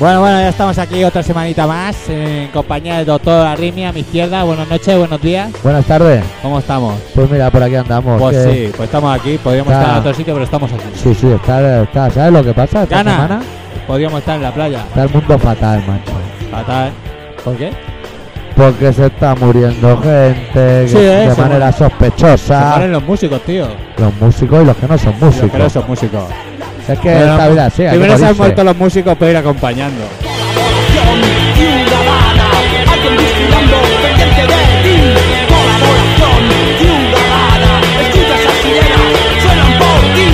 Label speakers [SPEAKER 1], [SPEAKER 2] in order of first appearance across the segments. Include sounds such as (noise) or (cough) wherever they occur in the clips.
[SPEAKER 1] Bueno, bueno, ya estamos aquí otra semanita más en compañía del doctor Arrimia, a mi izquierda. Buenas noches, buenos días.
[SPEAKER 2] Buenas tardes.
[SPEAKER 1] ¿Cómo estamos?
[SPEAKER 2] Pues mira, por aquí andamos.
[SPEAKER 1] Pues
[SPEAKER 2] que-
[SPEAKER 1] sí, pues estamos aquí. Podríamos
[SPEAKER 2] Claro.
[SPEAKER 1] estar en otro sitio, pero estamos aquí.
[SPEAKER 2] Sí, sí, está, está- ¿sabes lo que pasa esta
[SPEAKER 1] Gana.
[SPEAKER 2] semana?
[SPEAKER 1] Podríamos estar en la playa.
[SPEAKER 2] Está el mundo fatal, macho.
[SPEAKER 1] Fatal. ¿Por qué?
[SPEAKER 2] Porque se está muriendo gente
[SPEAKER 1] Sí,
[SPEAKER 2] que-
[SPEAKER 1] eh,
[SPEAKER 2] de
[SPEAKER 1] se
[SPEAKER 2] manera
[SPEAKER 1] Se
[SPEAKER 2] sospechosa.
[SPEAKER 1] mueren los músicos, tío.
[SPEAKER 2] Los músicos y los que no son
[SPEAKER 1] Los que no
[SPEAKER 2] músicos.
[SPEAKER 1] son músicos.
[SPEAKER 2] Es que
[SPEAKER 1] Pero
[SPEAKER 2] esta vida sí, hay que
[SPEAKER 1] Primero se han
[SPEAKER 2] morirse.
[SPEAKER 1] muerto los músicos para ir acompañando.
[SPEAKER 3] colaboración ciudadana. Alguien vigilando, pendiente de ti. Colaboración ciudadana. Escucha esas sirenas, suenan por ti.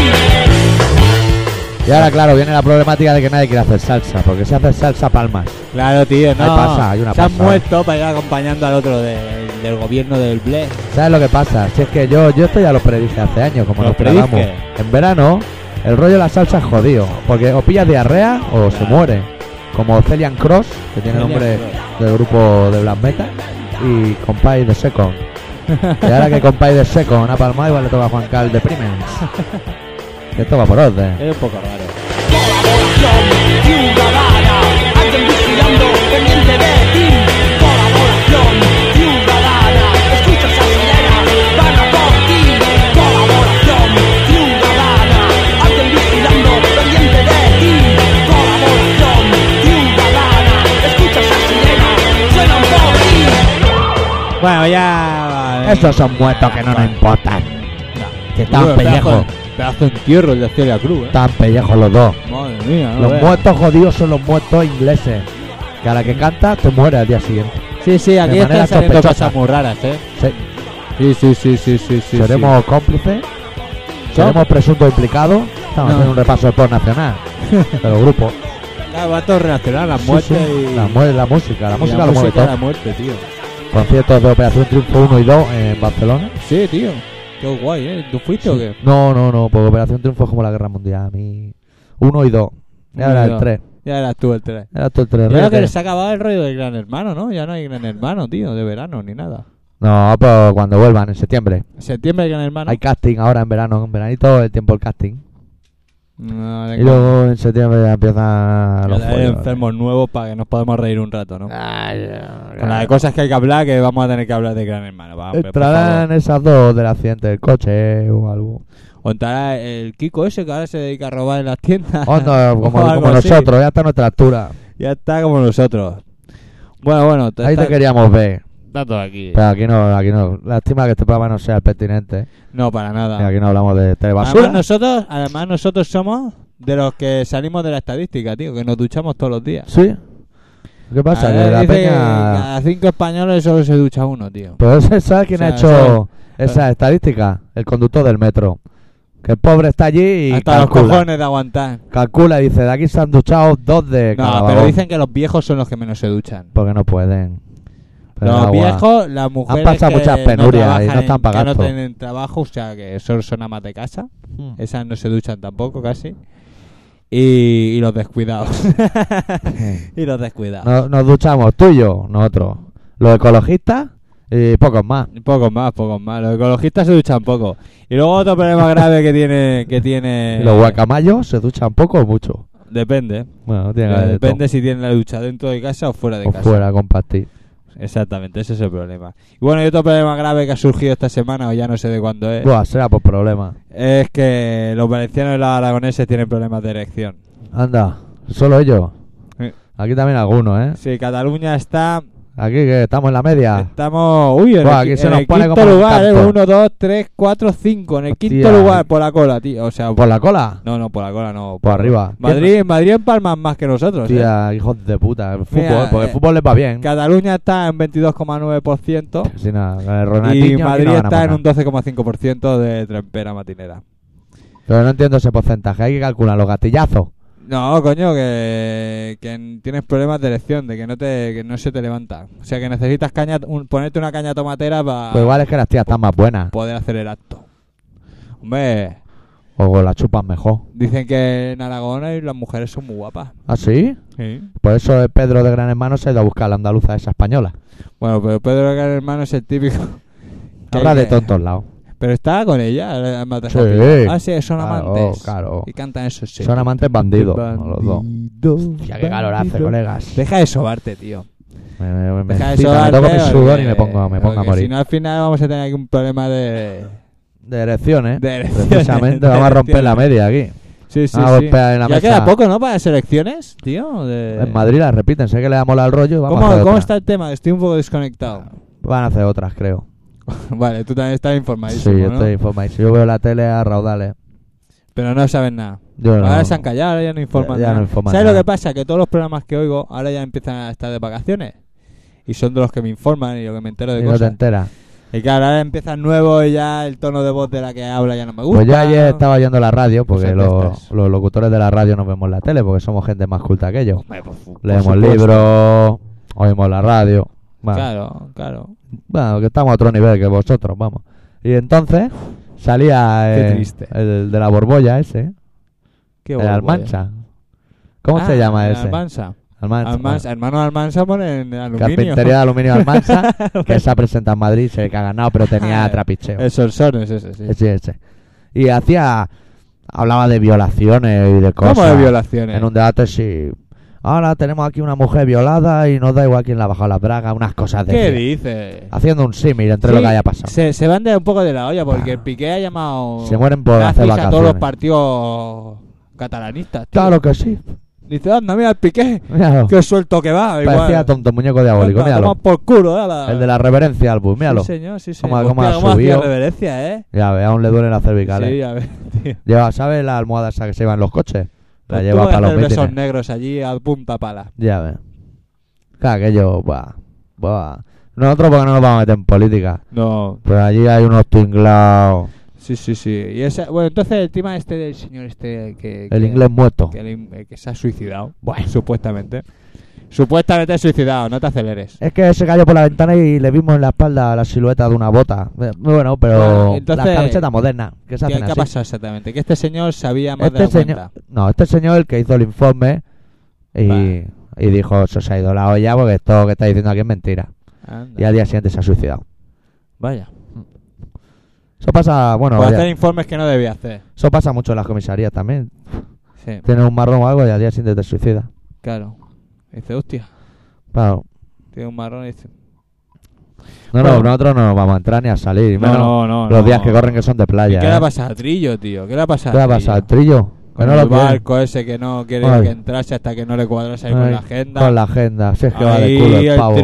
[SPEAKER 2] Y ahora, claro, viene la problemática de que nadie quiere hacer salsa. Porque si haces salsa, palmas.
[SPEAKER 1] Claro, tío, no.
[SPEAKER 2] Hay pasa, hay una
[SPEAKER 1] se han
[SPEAKER 2] pasa.
[SPEAKER 1] muerto para ir acompañando al otro de- del gobierno del Ble. (laughs)
[SPEAKER 2] ¿Sabes lo que pasa? Si es que yo, yo esto ya lo predije hace años, como
[SPEAKER 1] ¿Lo
[SPEAKER 2] nos programamos.
[SPEAKER 1] predije?
[SPEAKER 2] En verano, el rollo de la salsa es jodido, porque o pillas diarrea o se
[SPEAKER 1] Claro.
[SPEAKER 2] muere. Como Celian Cross, que tiene
[SPEAKER 1] Celian
[SPEAKER 2] nombre del grupo de Black Metal, y Compay de Second. y ahora que Compay de Second ha palmado, igual le toca a Juan Carl de
[SPEAKER 1] (laughs)
[SPEAKER 2] Primens. que esto va por orden.
[SPEAKER 1] Es un poco raro.
[SPEAKER 3] Colaboración ciudadana. Alguien vigilando, pendiente de ti. Colaboración ciudadana. Escucha esas sirenas, van a por ti. Colaboración ciudadana. Alguien vigilando, pendiente de ti. Colaboración ciudadana. Escucha esas sirenas, suenan por ti.
[SPEAKER 1] Bueno, ya.
[SPEAKER 2] Estos son muertos que no nos importan.
[SPEAKER 1] No.
[SPEAKER 2] Que tan
[SPEAKER 1] Bueno,
[SPEAKER 2] pellejo,
[SPEAKER 1] Pedazo, pedazo de entierro el de Celia Cruz, eh.
[SPEAKER 2] tan pellejos los dos.
[SPEAKER 1] Madre mía, no
[SPEAKER 2] Los
[SPEAKER 1] veas.
[SPEAKER 2] muertos jodidos son los muertos ingleses. Que a la que canta te muere al día siguiente.
[SPEAKER 1] Sí, sí, aquí
[SPEAKER 2] de manera
[SPEAKER 1] están saliendo
[SPEAKER 2] sospechosa.
[SPEAKER 1] cosas muy raras, eh.
[SPEAKER 2] Se-
[SPEAKER 1] Sí, sí, sí, sí, sí, sí.
[SPEAKER 2] seremos cómplices, seremos presunto implicado. Estamos
[SPEAKER 1] No.
[SPEAKER 2] haciendo un repaso de
[SPEAKER 1] (laughs)
[SPEAKER 2] por nacional de los grupos.
[SPEAKER 1] sí. Claro, va todo relacionado, la
[SPEAKER 2] Sí,
[SPEAKER 1] muerte
[SPEAKER 2] sí,
[SPEAKER 1] y.
[SPEAKER 2] la, mue- la música, la
[SPEAKER 1] y
[SPEAKER 2] música
[SPEAKER 1] la
[SPEAKER 2] lo mueve
[SPEAKER 1] música y la
[SPEAKER 2] todo.
[SPEAKER 1] muerte, tío.
[SPEAKER 2] Conciertos de Operación Triunfo 1 y 2 en Barcelona.
[SPEAKER 1] Sí, tío. Qué guay, eh. ¿Tú fuiste o qué?
[SPEAKER 2] No, no, no, porque Operación Triunfo es como la Guerra Mundial. A mí, 1 y 2.
[SPEAKER 1] Uno y
[SPEAKER 2] Ya era el
[SPEAKER 1] dos.
[SPEAKER 2] 3.
[SPEAKER 1] Ya eras tú el 3.
[SPEAKER 2] Era todo el 3.
[SPEAKER 1] Creo que se ha acabado el rollo del Gran Hermano, ¿no? Ya no hay Gran Hermano, tío, de verano ni nada.
[SPEAKER 2] No, pero cuando vuelvan en septiembre.
[SPEAKER 1] Septiembre el Gran Hermano.
[SPEAKER 2] Hay casting ahora en verano, en veranito el tiempo el casting.
[SPEAKER 1] No, de
[SPEAKER 2] Y luego en septiembre ya empiezan los eh. Ah,
[SPEAKER 1] Hay
[SPEAKER 2] follos.
[SPEAKER 1] enfermos nuevos para que nos podamos reír un rato, ¿no?
[SPEAKER 2] Ay,
[SPEAKER 1] Con la de cosas que hay que hablar, que vamos a tener que hablar de Gran Hermano. va, hombre, por
[SPEAKER 2] Entrarán esas dos del accidente del coche eh, o algo.
[SPEAKER 1] favor. O entrará el Kiko ese que ahora se dedica a robar en las (laughs) tiendas.
[SPEAKER 2] O no, como,
[SPEAKER 1] O algo
[SPEAKER 2] como
[SPEAKER 1] así.
[SPEAKER 2] nosotros, ya está a nuestra altura.
[SPEAKER 1] Ya está como nosotros. Bueno, bueno, te
[SPEAKER 2] Ahí
[SPEAKER 1] está,
[SPEAKER 2] te queríamos ver.
[SPEAKER 1] está todo aquí.
[SPEAKER 2] Pero aquí no, aquí no. Lástima que este programa no sea pertinente.
[SPEAKER 1] No, para
[SPEAKER 2] Y
[SPEAKER 1] nada.
[SPEAKER 2] aquí no hablamos de telebasura.
[SPEAKER 1] Ah. Además nosotros, además nosotros somos de los que salimos de la estadística, tío, que nos duchamos todos los días.
[SPEAKER 2] Sí. ¿Qué pasa?
[SPEAKER 1] A
[SPEAKER 2] Que
[SPEAKER 1] ver,
[SPEAKER 2] la
[SPEAKER 1] dice que
[SPEAKER 2] peña... Pues,
[SPEAKER 1] Cada cinco españoles solo se ducha uno, tío.
[SPEAKER 2] Pero ¿sabes quién
[SPEAKER 1] O sea,
[SPEAKER 2] ha hecho
[SPEAKER 1] son-
[SPEAKER 2] esa estadística? El conductor del metro. Que el pobre está allí y
[SPEAKER 1] Hasta los
[SPEAKER 2] calcula.
[SPEAKER 1] cojones de aguantar.
[SPEAKER 2] calcula y dice, de aquí se han duchado dos de cada
[SPEAKER 1] No, pero
[SPEAKER 2] vagón".
[SPEAKER 1] dicen que los viejos son los que menos se duchan.
[SPEAKER 2] Porque no pueden. Pues, Pero
[SPEAKER 1] los
[SPEAKER 2] agua-
[SPEAKER 1] viejos, las mujeres
[SPEAKER 2] pasado
[SPEAKER 1] que
[SPEAKER 2] muchas
[SPEAKER 1] no
[SPEAKER 2] penurias y no
[SPEAKER 1] trabajan en-
[SPEAKER 2] están pagando.
[SPEAKER 1] Que no tienen trabajo, o sea, que solo son amas de casa.
[SPEAKER 2] Mm.
[SPEAKER 1] Esas no se duchan tampoco, casi. Y, y los
[SPEAKER 2] (laughs)
[SPEAKER 1] descuidados. y los descuidados.
[SPEAKER 2] No- nos duchamos tú y yo, nosotros. Los ecologistas y pocos más.
[SPEAKER 1] Pocos más, pocos más. Los ecologistas se duchan poco. Y luego otro problema grave que tiene... que tiene
[SPEAKER 2] Y (laughs) los guacamayos se duchan poco o mucho.
[SPEAKER 1] Depende. Eh,
[SPEAKER 2] Bueno, no tiene que haber de
[SPEAKER 1] Depende si tienen la ducha dentro de casa o fuera
[SPEAKER 2] todo.
[SPEAKER 1] de
[SPEAKER 2] O
[SPEAKER 1] casa.
[SPEAKER 2] fuera con pastil.
[SPEAKER 1] Exactamente, ese es el problema. Y bueno, y otro problema grave que ha surgido esta semana, o ya no sé de cuándo es,
[SPEAKER 2] Buah, será por problema.
[SPEAKER 1] es que los valencianos y los aragoneses tienen problemas de erección.
[SPEAKER 2] Anda, solo ellos.
[SPEAKER 1] Eh.
[SPEAKER 2] Aquí también algunos, ¿eh?
[SPEAKER 1] Sí, Cataluña está...
[SPEAKER 2] Aquí que estamos en la media.
[SPEAKER 1] Estamos... Uy, en
[SPEAKER 2] Buah,
[SPEAKER 1] el, qui-
[SPEAKER 2] aquí se
[SPEAKER 1] en
[SPEAKER 2] nos
[SPEAKER 1] el
[SPEAKER 2] pone
[SPEAKER 1] quinto
[SPEAKER 2] como un
[SPEAKER 1] lugar, ¿eh?
[SPEAKER 2] canto.
[SPEAKER 1] Uno, dos, tres, cuatro, cinco. En el
[SPEAKER 2] Hostia.
[SPEAKER 1] quinto lugar por la cola, tío. O sea,
[SPEAKER 2] ¿Por la cola?
[SPEAKER 1] no, no, por la cola no.
[SPEAKER 2] Por arriba.
[SPEAKER 1] Madrid, en Madrid empalman más que nosotros. ¿eh?
[SPEAKER 2] Hostia, hijos de puta. El fútbol,
[SPEAKER 1] Mira,
[SPEAKER 2] porque
[SPEAKER 1] eh,
[SPEAKER 2] el fútbol les va bien.
[SPEAKER 1] Cataluña está en 22,9%.
[SPEAKER 2] Si nada, con el
[SPEAKER 1] Y
[SPEAKER 2] Ronaldinho aquí
[SPEAKER 1] Madrid
[SPEAKER 2] no ganamos
[SPEAKER 1] está en
[SPEAKER 2] nada.
[SPEAKER 1] un 12,5% de trempera matinera.
[SPEAKER 2] Pero no entiendo ese porcentaje. Hay que calcular los gatillazos.
[SPEAKER 1] No, coño, que, que n- tienes problemas de erección, de que no te que no se te levanta. O sea, que necesitas caña, un- ponerte una caña tomatera para
[SPEAKER 2] Pues igual es que las tías están más buenas.
[SPEAKER 1] poder hacer el acto. Hombre,
[SPEAKER 2] O las chupan mejor.
[SPEAKER 1] dicen que en Aragón eh, las mujeres son muy guapas.
[SPEAKER 2] ¿Ah, sí? Por eso el Pedro de Gran Hermano se ha ido a buscar a la andaluza esa española. (laughs)
[SPEAKER 1] Bueno, pero Pedro Gran Hermano es el típico... que
[SPEAKER 2] Habla
[SPEAKER 1] hay
[SPEAKER 2] de
[SPEAKER 1] que-
[SPEAKER 2] todos lados.
[SPEAKER 1] Pero está con ella, el
[SPEAKER 2] Sí.
[SPEAKER 1] Matasapio. Ah, sí, son
[SPEAKER 2] Claro,
[SPEAKER 1] amantes.
[SPEAKER 2] claro.
[SPEAKER 1] Y cantan esos sí.
[SPEAKER 2] Son amantes bandidos, los dos.
[SPEAKER 1] Bandido,
[SPEAKER 2] Ya qué calor hace,
[SPEAKER 1] bandido.
[SPEAKER 2] colegas.
[SPEAKER 1] Deja de sobarte, tío.
[SPEAKER 2] Me, me, me,
[SPEAKER 1] Deja de
[SPEAKER 2] excita, me
[SPEAKER 1] sobarte.
[SPEAKER 2] toco mi sudor y
[SPEAKER 1] porque-
[SPEAKER 2] me pongo, me pongo a
[SPEAKER 1] eh, porque
[SPEAKER 2] morir.
[SPEAKER 1] Si no, al final vamos a tener aquí un problema de.
[SPEAKER 2] De
[SPEAKER 1] (laughs)
[SPEAKER 2] elecciones.
[SPEAKER 1] de
[SPEAKER 2] Precisamente vamos a romper la media aquí.
[SPEAKER 1] Sí, sí,
[SPEAKER 2] vamos a
[SPEAKER 1] sí.
[SPEAKER 2] golpear en la
[SPEAKER 1] ya
[SPEAKER 2] mesa.
[SPEAKER 1] queda poco, ¿no? Para las elecciones, tío. de-
[SPEAKER 2] En Madrid la repiten, sé que le da mola el rollo y vamos
[SPEAKER 1] ¿Cómo,
[SPEAKER 2] a hacer
[SPEAKER 1] ¿Cómo
[SPEAKER 2] otra.
[SPEAKER 1] está el tema? Estoy un poco desconectado.
[SPEAKER 2] Van a hacer otras, creo.
[SPEAKER 1] (laughs) vale, tú también estás
[SPEAKER 2] Sí,
[SPEAKER 1] informadísimo,
[SPEAKER 2] yo
[SPEAKER 1] ¿no?
[SPEAKER 2] estoy informadísimo. Yo veo la tele a raudales.
[SPEAKER 1] Pero no saben nada.
[SPEAKER 2] Yo no-
[SPEAKER 1] ahora se han callado, ahora ya no informan
[SPEAKER 2] Ya- ya
[SPEAKER 1] nada.
[SPEAKER 2] no informan
[SPEAKER 1] ¿Sabes
[SPEAKER 2] nada.
[SPEAKER 1] lo que pasa? Que todos los programas que oigo ahora ya empiezan a estar de vacaciones. Y son de los que me informan y lo que me entero de
[SPEAKER 2] y no te
[SPEAKER 1] cosas.
[SPEAKER 2] enteras.
[SPEAKER 1] Y claro, ahora empiezan nuevos y ya el tono de voz de la que habla ya no me gusta.
[SPEAKER 2] Pues yo ayer estaba oyendo la radio, porque
[SPEAKER 1] Cosas de estas.
[SPEAKER 2] los, los locutores de la radio no vemos la tele, porque somos gente más culta que ellos.
[SPEAKER 1] Hombre, por fu- por
[SPEAKER 2] Leemos
[SPEAKER 1] supuesto.
[SPEAKER 2] libros, oímos la radio. Bueno,
[SPEAKER 1] Claro, claro.
[SPEAKER 2] bueno, que estamos a otro nivel que vosotros, vamos. Y entonces salía
[SPEAKER 1] Qué
[SPEAKER 2] eh,
[SPEAKER 1] triste.
[SPEAKER 2] el de la borbolla ese,
[SPEAKER 1] Qué
[SPEAKER 2] el
[SPEAKER 1] guapo,
[SPEAKER 2] Almancha. ¿Cómo
[SPEAKER 1] Ah,
[SPEAKER 2] se llama
[SPEAKER 1] el
[SPEAKER 2] ese?
[SPEAKER 1] Almansa.
[SPEAKER 2] Almancha.
[SPEAKER 1] Almansa- Hermano Almansa pone en
[SPEAKER 2] bueno.
[SPEAKER 1] aluminio.
[SPEAKER 2] Carpintería de
[SPEAKER 1] (laughs)
[SPEAKER 2] aluminio Almancha, que se ha presentado en Madrid, se le caga nada, pero tenía
[SPEAKER 1] Ah,
[SPEAKER 2] trapicheo.
[SPEAKER 1] El Sorsones ese, sí.
[SPEAKER 2] Ese, ese. Y hacía. Hablaba de violaciones y de cosas.
[SPEAKER 1] ¿Cómo de violaciones?
[SPEAKER 2] En un debate, sí. Ahora tenemos aquí una mujer violada y no da igual quién la ha bajado las bragas, unas cosas de.
[SPEAKER 1] ¿Qué
[SPEAKER 2] esas.
[SPEAKER 1] dices?
[SPEAKER 2] Haciendo un símil entre lo
[SPEAKER 1] Sí,
[SPEAKER 2] que haya pasado.
[SPEAKER 1] Se, se van de un poco de la olla porque
[SPEAKER 2] Ah.
[SPEAKER 1] el Piqué ha llamado
[SPEAKER 2] Se mueren por hacer
[SPEAKER 1] nazis a todos los
[SPEAKER 2] vacaciones.
[SPEAKER 1] partidos catalanistas. tío.
[SPEAKER 2] Claro que sí.
[SPEAKER 1] Dice, anda, mira el Piqué,
[SPEAKER 2] Míralo.
[SPEAKER 1] qué suelto que va. Igual.
[SPEAKER 2] Parecía tonto muñeco diabólico,
[SPEAKER 1] Anda,
[SPEAKER 2] míralo.
[SPEAKER 1] toma por culo, ala.
[SPEAKER 2] El de la reverencia al bus, míralo.
[SPEAKER 1] Sí, señor, sí, sí.
[SPEAKER 2] Cómo ha- cómo ha
[SPEAKER 1] Hostia, cómo hacía
[SPEAKER 2] subido.
[SPEAKER 1] reverencia, ¿eh?
[SPEAKER 2] Ya ve, aún le duelen las cervicales.
[SPEAKER 1] Sí, a ver, (laughs) tío.
[SPEAKER 2] Lleva, ¿sabes la almohada esa que se lleva en los coches? La
[SPEAKER 1] Pues
[SPEAKER 2] lleva
[SPEAKER 1] tú
[SPEAKER 2] para los
[SPEAKER 1] hacer besos
[SPEAKER 2] mítines.
[SPEAKER 1] negros allí a punta pala.
[SPEAKER 2] Ya ves. Claro, aquello, buah, buah. Nosotros porque no nos vamos a meter en política.
[SPEAKER 1] No,
[SPEAKER 2] Pero allí hay unos tinglados.
[SPEAKER 1] sí, sí, sí. Y esa, bueno, entonces el tema este del señor este que...
[SPEAKER 2] El
[SPEAKER 1] que-
[SPEAKER 2] inglés muerto.
[SPEAKER 1] Que, el in- eh, que se ha suicidado.
[SPEAKER 2] Bueno.
[SPEAKER 1] Supuestamente. Supuestamente suicidado, no te aceleres.
[SPEAKER 2] Es que se cayó por la ventana y le vimos en la espalda la silueta de una bota. Eh, Bueno, pero
[SPEAKER 1] Bueno, entonces-
[SPEAKER 2] la camiseta moderna, que se
[SPEAKER 1] ¿Qué,
[SPEAKER 2] hacen
[SPEAKER 1] qué ha
[SPEAKER 2] así.
[SPEAKER 1] pasado exactamente? Que este señor sabía más de
[SPEAKER 2] Este
[SPEAKER 1] la
[SPEAKER 2] señor,
[SPEAKER 1] cuenta.
[SPEAKER 2] no, este señor el que hizo el informe y,
[SPEAKER 1] Vale.
[SPEAKER 2] y dijo, eso se ha ido la olla porque esto que está diciendo aquí es mentira.
[SPEAKER 1] Anda,
[SPEAKER 2] Y al día siguiente se ha suicidado.
[SPEAKER 1] Vaya.
[SPEAKER 2] Eso pasa, bueno,
[SPEAKER 1] Por
[SPEAKER 2] vaya,
[SPEAKER 1] Pues hacer informes que no debía hacer.
[SPEAKER 2] eso pasa mucho en las comisarías también.
[SPEAKER 1] Sí,
[SPEAKER 2] Tienes un marrón o algo y al día siguiente te suicidas.
[SPEAKER 1] claro. Dice, hostia,
[SPEAKER 2] Claro.
[SPEAKER 1] tiene un marrón y dice...
[SPEAKER 2] No,
[SPEAKER 1] Bueno.
[SPEAKER 2] no, nosotros no nos vamos a entrar ni a salir. y menos
[SPEAKER 1] no, no,
[SPEAKER 2] los
[SPEAKER 1] no.
[SPEAKER 2] días que corren que son de
[SPEAKER 1] ¿Y
[SPEAKER 2] playa.
[SPEAKER 1] ¿Qué le
[SPEAKER 2] ¿eh?
[SPEAKER 1] ha pasado a Trillo, tío? ¿Qué le ha pasado
[SPEAKER 2] ¿Qué le
[SPEAKER 1] a
[SPEAKER 2] ha
[SPEAKER 1] Trillo?
[SPEAKER 2] pasado al trillo? Que
[SPEAKER 1] Con
[SPEAKER 2] no
[SPEAKER 1] el
[SPEAKER 2] lo quieren.
[SPEAKER 1] barco ese que no quiere
[SPEAKER 2] Ay.
[SPEAKER 1] que entrase hasta que no le cuadrase ahí con
[SPEAKER 2] Ay,
[SPEAKER 1] la agenda.
[SPEAKER 2] Con la agenda. Si es que va
[SPEAKER 1] Ahí
[SPEAKER 2] de culo el pavo.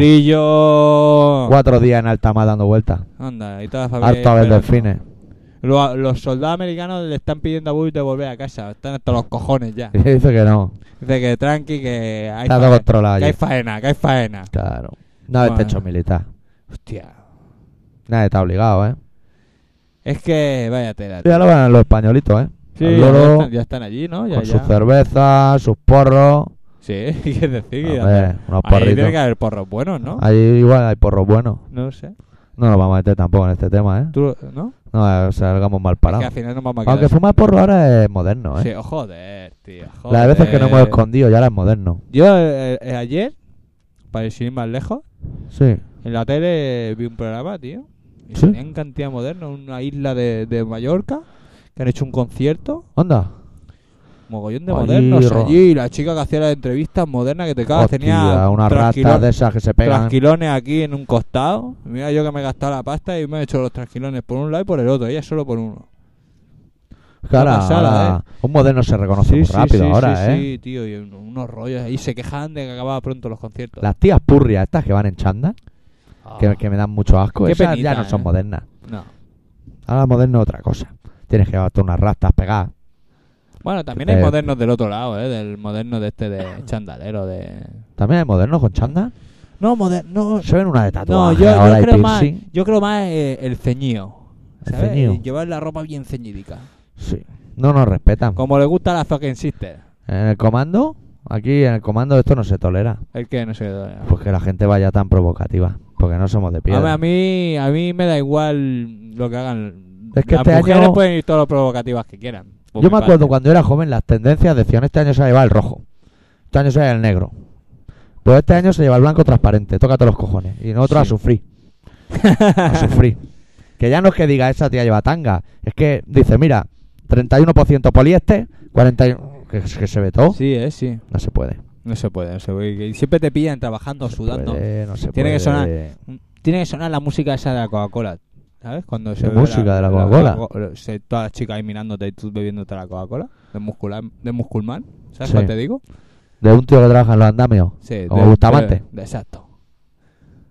[SPEAKER 1] Trillo...
[SPEAKER 2] Cuatro días en alta mar dando vueltas.
[SPEAKER 1] Anda, y toda la familia...
[SPEAKER 2] Harto a
[SPEAKER 1] ahí
[SPEAKER 2] ver
[SPEAKER 1] esperando.
[SPEAKER 2] delfines.
[SPEAKER 1] Lo- los soldados americanos le están pidiendo a Bush de volver a casa. Están hasta los cojones ya.
[SPEAKER 2] (laughs) Y dice que no.
[SPEAKER 1] Dice que tranqui, que hay,
[SPEAKER 2] Está todo
[SPEAKER 1] faena,
[SPEAKER 2] controlado
[SPEAKER 1] que hay
[SPEAKER 2] allí.
[SPEAKER 1] faena, que hay faena.
[SPEAKER 2] Claro. No hay
[SPEAKER 1] Bueno.
[SPEAKER 2] techo militar.
[SPEAKER 1] Hostia.
[SPEAKER 2] Nadie está obligado, ¿eh?
[SPEAKER 1] Es que vaya tela. tío.
[SPEAKER 2] Ya lo van los españolitos, ¿eh?
[SPEAKER 1] Sí,
[SPEAKER 2] Al
[SPEAKER 1] ya,
[SPEAKER 2] loro,
[SPEAKER 1] están, ya están allí, ¿no? Ya,
[SPEAKER 2] con
[SPEAKER 1] ya.
[SPEAKER 2] sus cervezas, sus porros.
[SPEAKER 1] Sí, (laughs) quieres decir. que ya-
[SPEAKER 2] A ver, unos
[SPEAKER 1] Ahí tiene
[SPEAKER 2] porritos.
[SPEAKER 1] que haber porros buenos, ¿no?
[SPEAKER 2] Ahí igual hay porros buenos.
[SPEAKER 1] No sé.
[SPEAKER 2] No nos vamos a meter tampoco en este tema, ¿eh?
[SPEAKER 1] Tú, ¿no?
[SPEAKER 2] No, eh, salgamos mal
[SPEAKER 1] Es que
[SPEAKER 2] parados.
[SPEAKER 1] al final nos vamos a quedar.
[SPEAKER 2] Aunque fumar porro ahora es moderno, ¿eh?
[SPEAKER 1] Sí, eh, oh, joder, tío. Joder.
[SPEAKER 2] Las veces que nos hemos escondido ya ahora es moderno.
[SPEAKER 1] Yo eh, eh, ayer, para ir más lejos,
[SPEAKER 2] Sí.
[SPEAKER 1] en la tele vi un programa, tío. Y
[SPEAKER 2] ¿Sí?
[SPEAKER 1] salía en cantidad moderna, una isla de, de Mallorca, que han hecho un concierto.
[SPEAKER 2] ¿Onda?
[SPEAKER 1] Mogollón de
[SPEAKER 2] Allí,
[SPEAKER 1] modernos ¿eh?
[SPEAKER 2] ro-
[SPEAKER 1] allí. y La chica que hacía las entrevistas modernas que te cagas
[SPEAKER 2] Hostia,
[SPEAKER 1] tenía
[SPEAKER 2] unas
[SPEAKER 1] trasquilo-
[SPEAKER 2] ratas de esas que se pegan.
[SPEAKER 1] trasquilones aquí en un costado. Mira, yo que me he gastado la pasta y me he hecho los trasquilones por un lado y por el otro. Ella solo por uno.
[SPEAKER 2] Claro,
[SPEAKER 1] Una pasada, ¿eh?
[SPEAKER 2] ahora- un moderno se reconoce muy rápido
[SPEAKER 1] sí,
[SPEAKER 2] ahora,
[SPEAKER 1] sí,
[SPEAKER 2] ¿eh?
[SPEAKER 1] sí, tío. Y un- unos rollos ahí se quejaban de que acababa pronto los conciertos.
[SPEAKER 2] Las tías purrias estas que van en chanda,
[SPEAKER 1] Ah,
[SPEAKER 2] que, que me dan mucho asco,
[SPEAKER 1] Qué
[SPEAKER 2] esas
[SPEAKER 1] penita,
[SPEAKER 2] ya no son
[SPEAKER 1] ¿eh?
[SPEAKER 2] modernas.
[SPEAKER 1] no.
[SPEAKER 2] Ahora moderno es otra cosa. Tienes que llevarte unas rastas pegadas.
[SPEAKER 1] Bueno, también hay
[SPEAKER 2] Eh,
[SPEAKER 1] modernos del otro lado, ¿eh? Del moderno de este de chandalero, de...
[SPEAKER 2] ¿También hay modernos con chanda?
[SPEAKER 1] No, moderno...
[SPEAKER 2] Se ven una de
[SPEAKER 1] No,
[SPEAKER 2] tatuaje
[SPEAKER 1] yo, yo
[SPEAKER 2] ahora y
[SPEAKER 1] creo más,
[SPEAKER 2] piercing.
[SPEAKER 1] yo creo más eh, el ceñío.
[SPEAKER 2] El
[SPEAKER 1] ¿sabes?
[SPEAKER 2] ceñío.
[SPEAKER 1] Y Llevar la ropa bien ceñidica.
[SPEAKER 2] Sí. No nos respetan.
[SPEAKER 1] Como le gusta a la fucking sister.
[SPEAKER 2] En el comando, aquí en el comando esto no se tolera.
[SPEAKER 1] El que no sé. dónde.
[SPEAKER 2] Pues que la gente vaya tan provocativa. Porque no somos de
[SPEAKER 1] A ver,
[SPEAKER 2] piedra.
[SPEAKER 1] a mí, a mí me da igual lo que hagan.
[SPEAKER 2] Es que
[SPEAKER 1] Las
[SPEAKER 2] este
[SPEAKER 1] mujeres
[SPEAKER 2] año-
[SPEAKER 1] pueden ir todo lo provocativas que quieran. por
[SPEAKER 2] Yo
[SPEAKER 1] mi
[SPEAKER 2] me acuerdo
[SPEAKER 1] parte.
[SPEAKER 2] cuando era joven las tendencias decían este año se va a llevar el rojo, este año se va a llevar el negro, pero este año se lleva el blanco transparente, tócate los cojones. Y
[SPEAKER 1] Sí. (laughs)
[SPEAKER 2] nosotros a sufrir, a sufrir. Que ya no es que diga esa tía lleva tanga. Es que dice, mira, 31% poliéster, 41%. Que, que se ve todo.
[SPEAKER 1] Sí, es, sí.
[SPEAKER 2] No se puede.
[SPEAKER 1] No se puede. no se puede. Y siempre te pillan trabajando,
[SPEAKER 2] Se
[SPEAKER 1] sudando.
[SPEAKER 2] puede, no se
[SPEAKER 1] Tiene que
[SPEAKER 2] puede.
[SPEAKER 1] sonar. Tiene que sonar la música esa de la Coca-Cola. ¿Sabes? Cuando se
[SPEAKER 2] ¿Qué
[SPEAKER 1] ve
[SPEAKER 2] música de la Coca-Cola?
[SPEAKER 1] Coca- se- Todas las chicas ahí mirándote y tú bebiéndote la Coca-Cola. De, muscular, de musculmán. ¿Sabes
[SPEAKER 2] Sí.
[SPEAKER 1] cuál te digo?
[SPEAKER 2] De un tío que trabaja en los andamios.
[SPEAKER 1] Sí,
[SPEAKER 2] Como
[SPEAKER 1] de-
[SPEAKER 2] Bustamante.
[SPEAKER 1] de- exacto.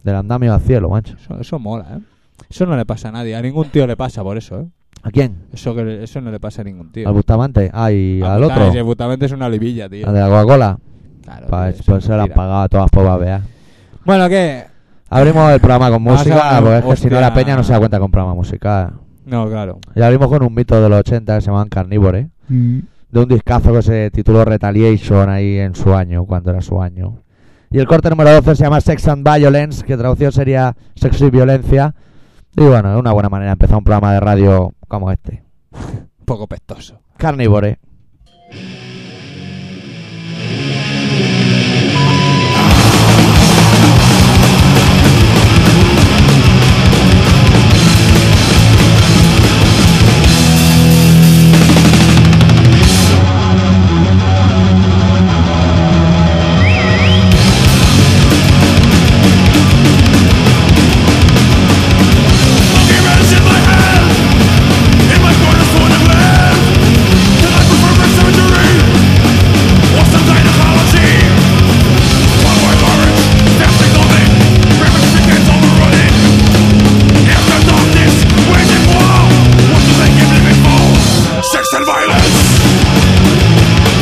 [SPEAKER 2] Del andamio al cielo, macho.
[SPEAKER 1] Eso, eso mola, ¿eh? Eso no le pasa a nadie. A ningún tío le pasa por eso, ¿eh?
[SPEAKER 2] ¿A quién?
[SPEAKER 1] Eso, que le- eso no le pasa a ningún tío.
[SPEAKER 2] Al Bustamante. Ah, y
[SPEAKER 1] A
[SPEAKER 2] al
[SPEAKER 1] puta-
[SPEAKER 2] otro.
[SPEAKER 1] ese putamente es una olivilla, tío.
[SPEAKER 2] Al de la Coca-Cola.
[SPEAKER 1] Claro,
[SPEAKER 2] Pues,
[SPEAKER 1] tío, eso
[SPEAKER 2] pues
[SPEAKER 1] es
[SPEAKER 2] se lo han
[SPEAKER 1] mentira.
[SPEAKER 2] pagado a todas por babear.
[SPEAKER 1] Bueno, ¿qué?
[SPEAKER 2] Abrimos el programa con
[SPEAKER 1] Vas
[SPEAKER 2] música,
[SPEAKER 1] a-
[SPEAKER 2] porque es que si no la
[SPEAKER 1] hostia.
[SPEAKER 2] peña no se da cuenta con programa musical.
[SPEAKER 1] No, claro.
[SPEAKER 2] Y abrimos con un mito de los 80 que se llamaban Carnívores. De un discazo que se tituló Retaliation ahí en su año, cuando era su año. Y el corte número 12 se llama Sex and Violence, que traducido sería Sexo y Violencia. Y bueno, es una buena manera de empezar un programa de radio como este.
[SPEAKER 1] Un poco pestoso.
[SPEAKER 2] Carnívores.
[SPEAKER 4] Sex and violence! Sex and violence!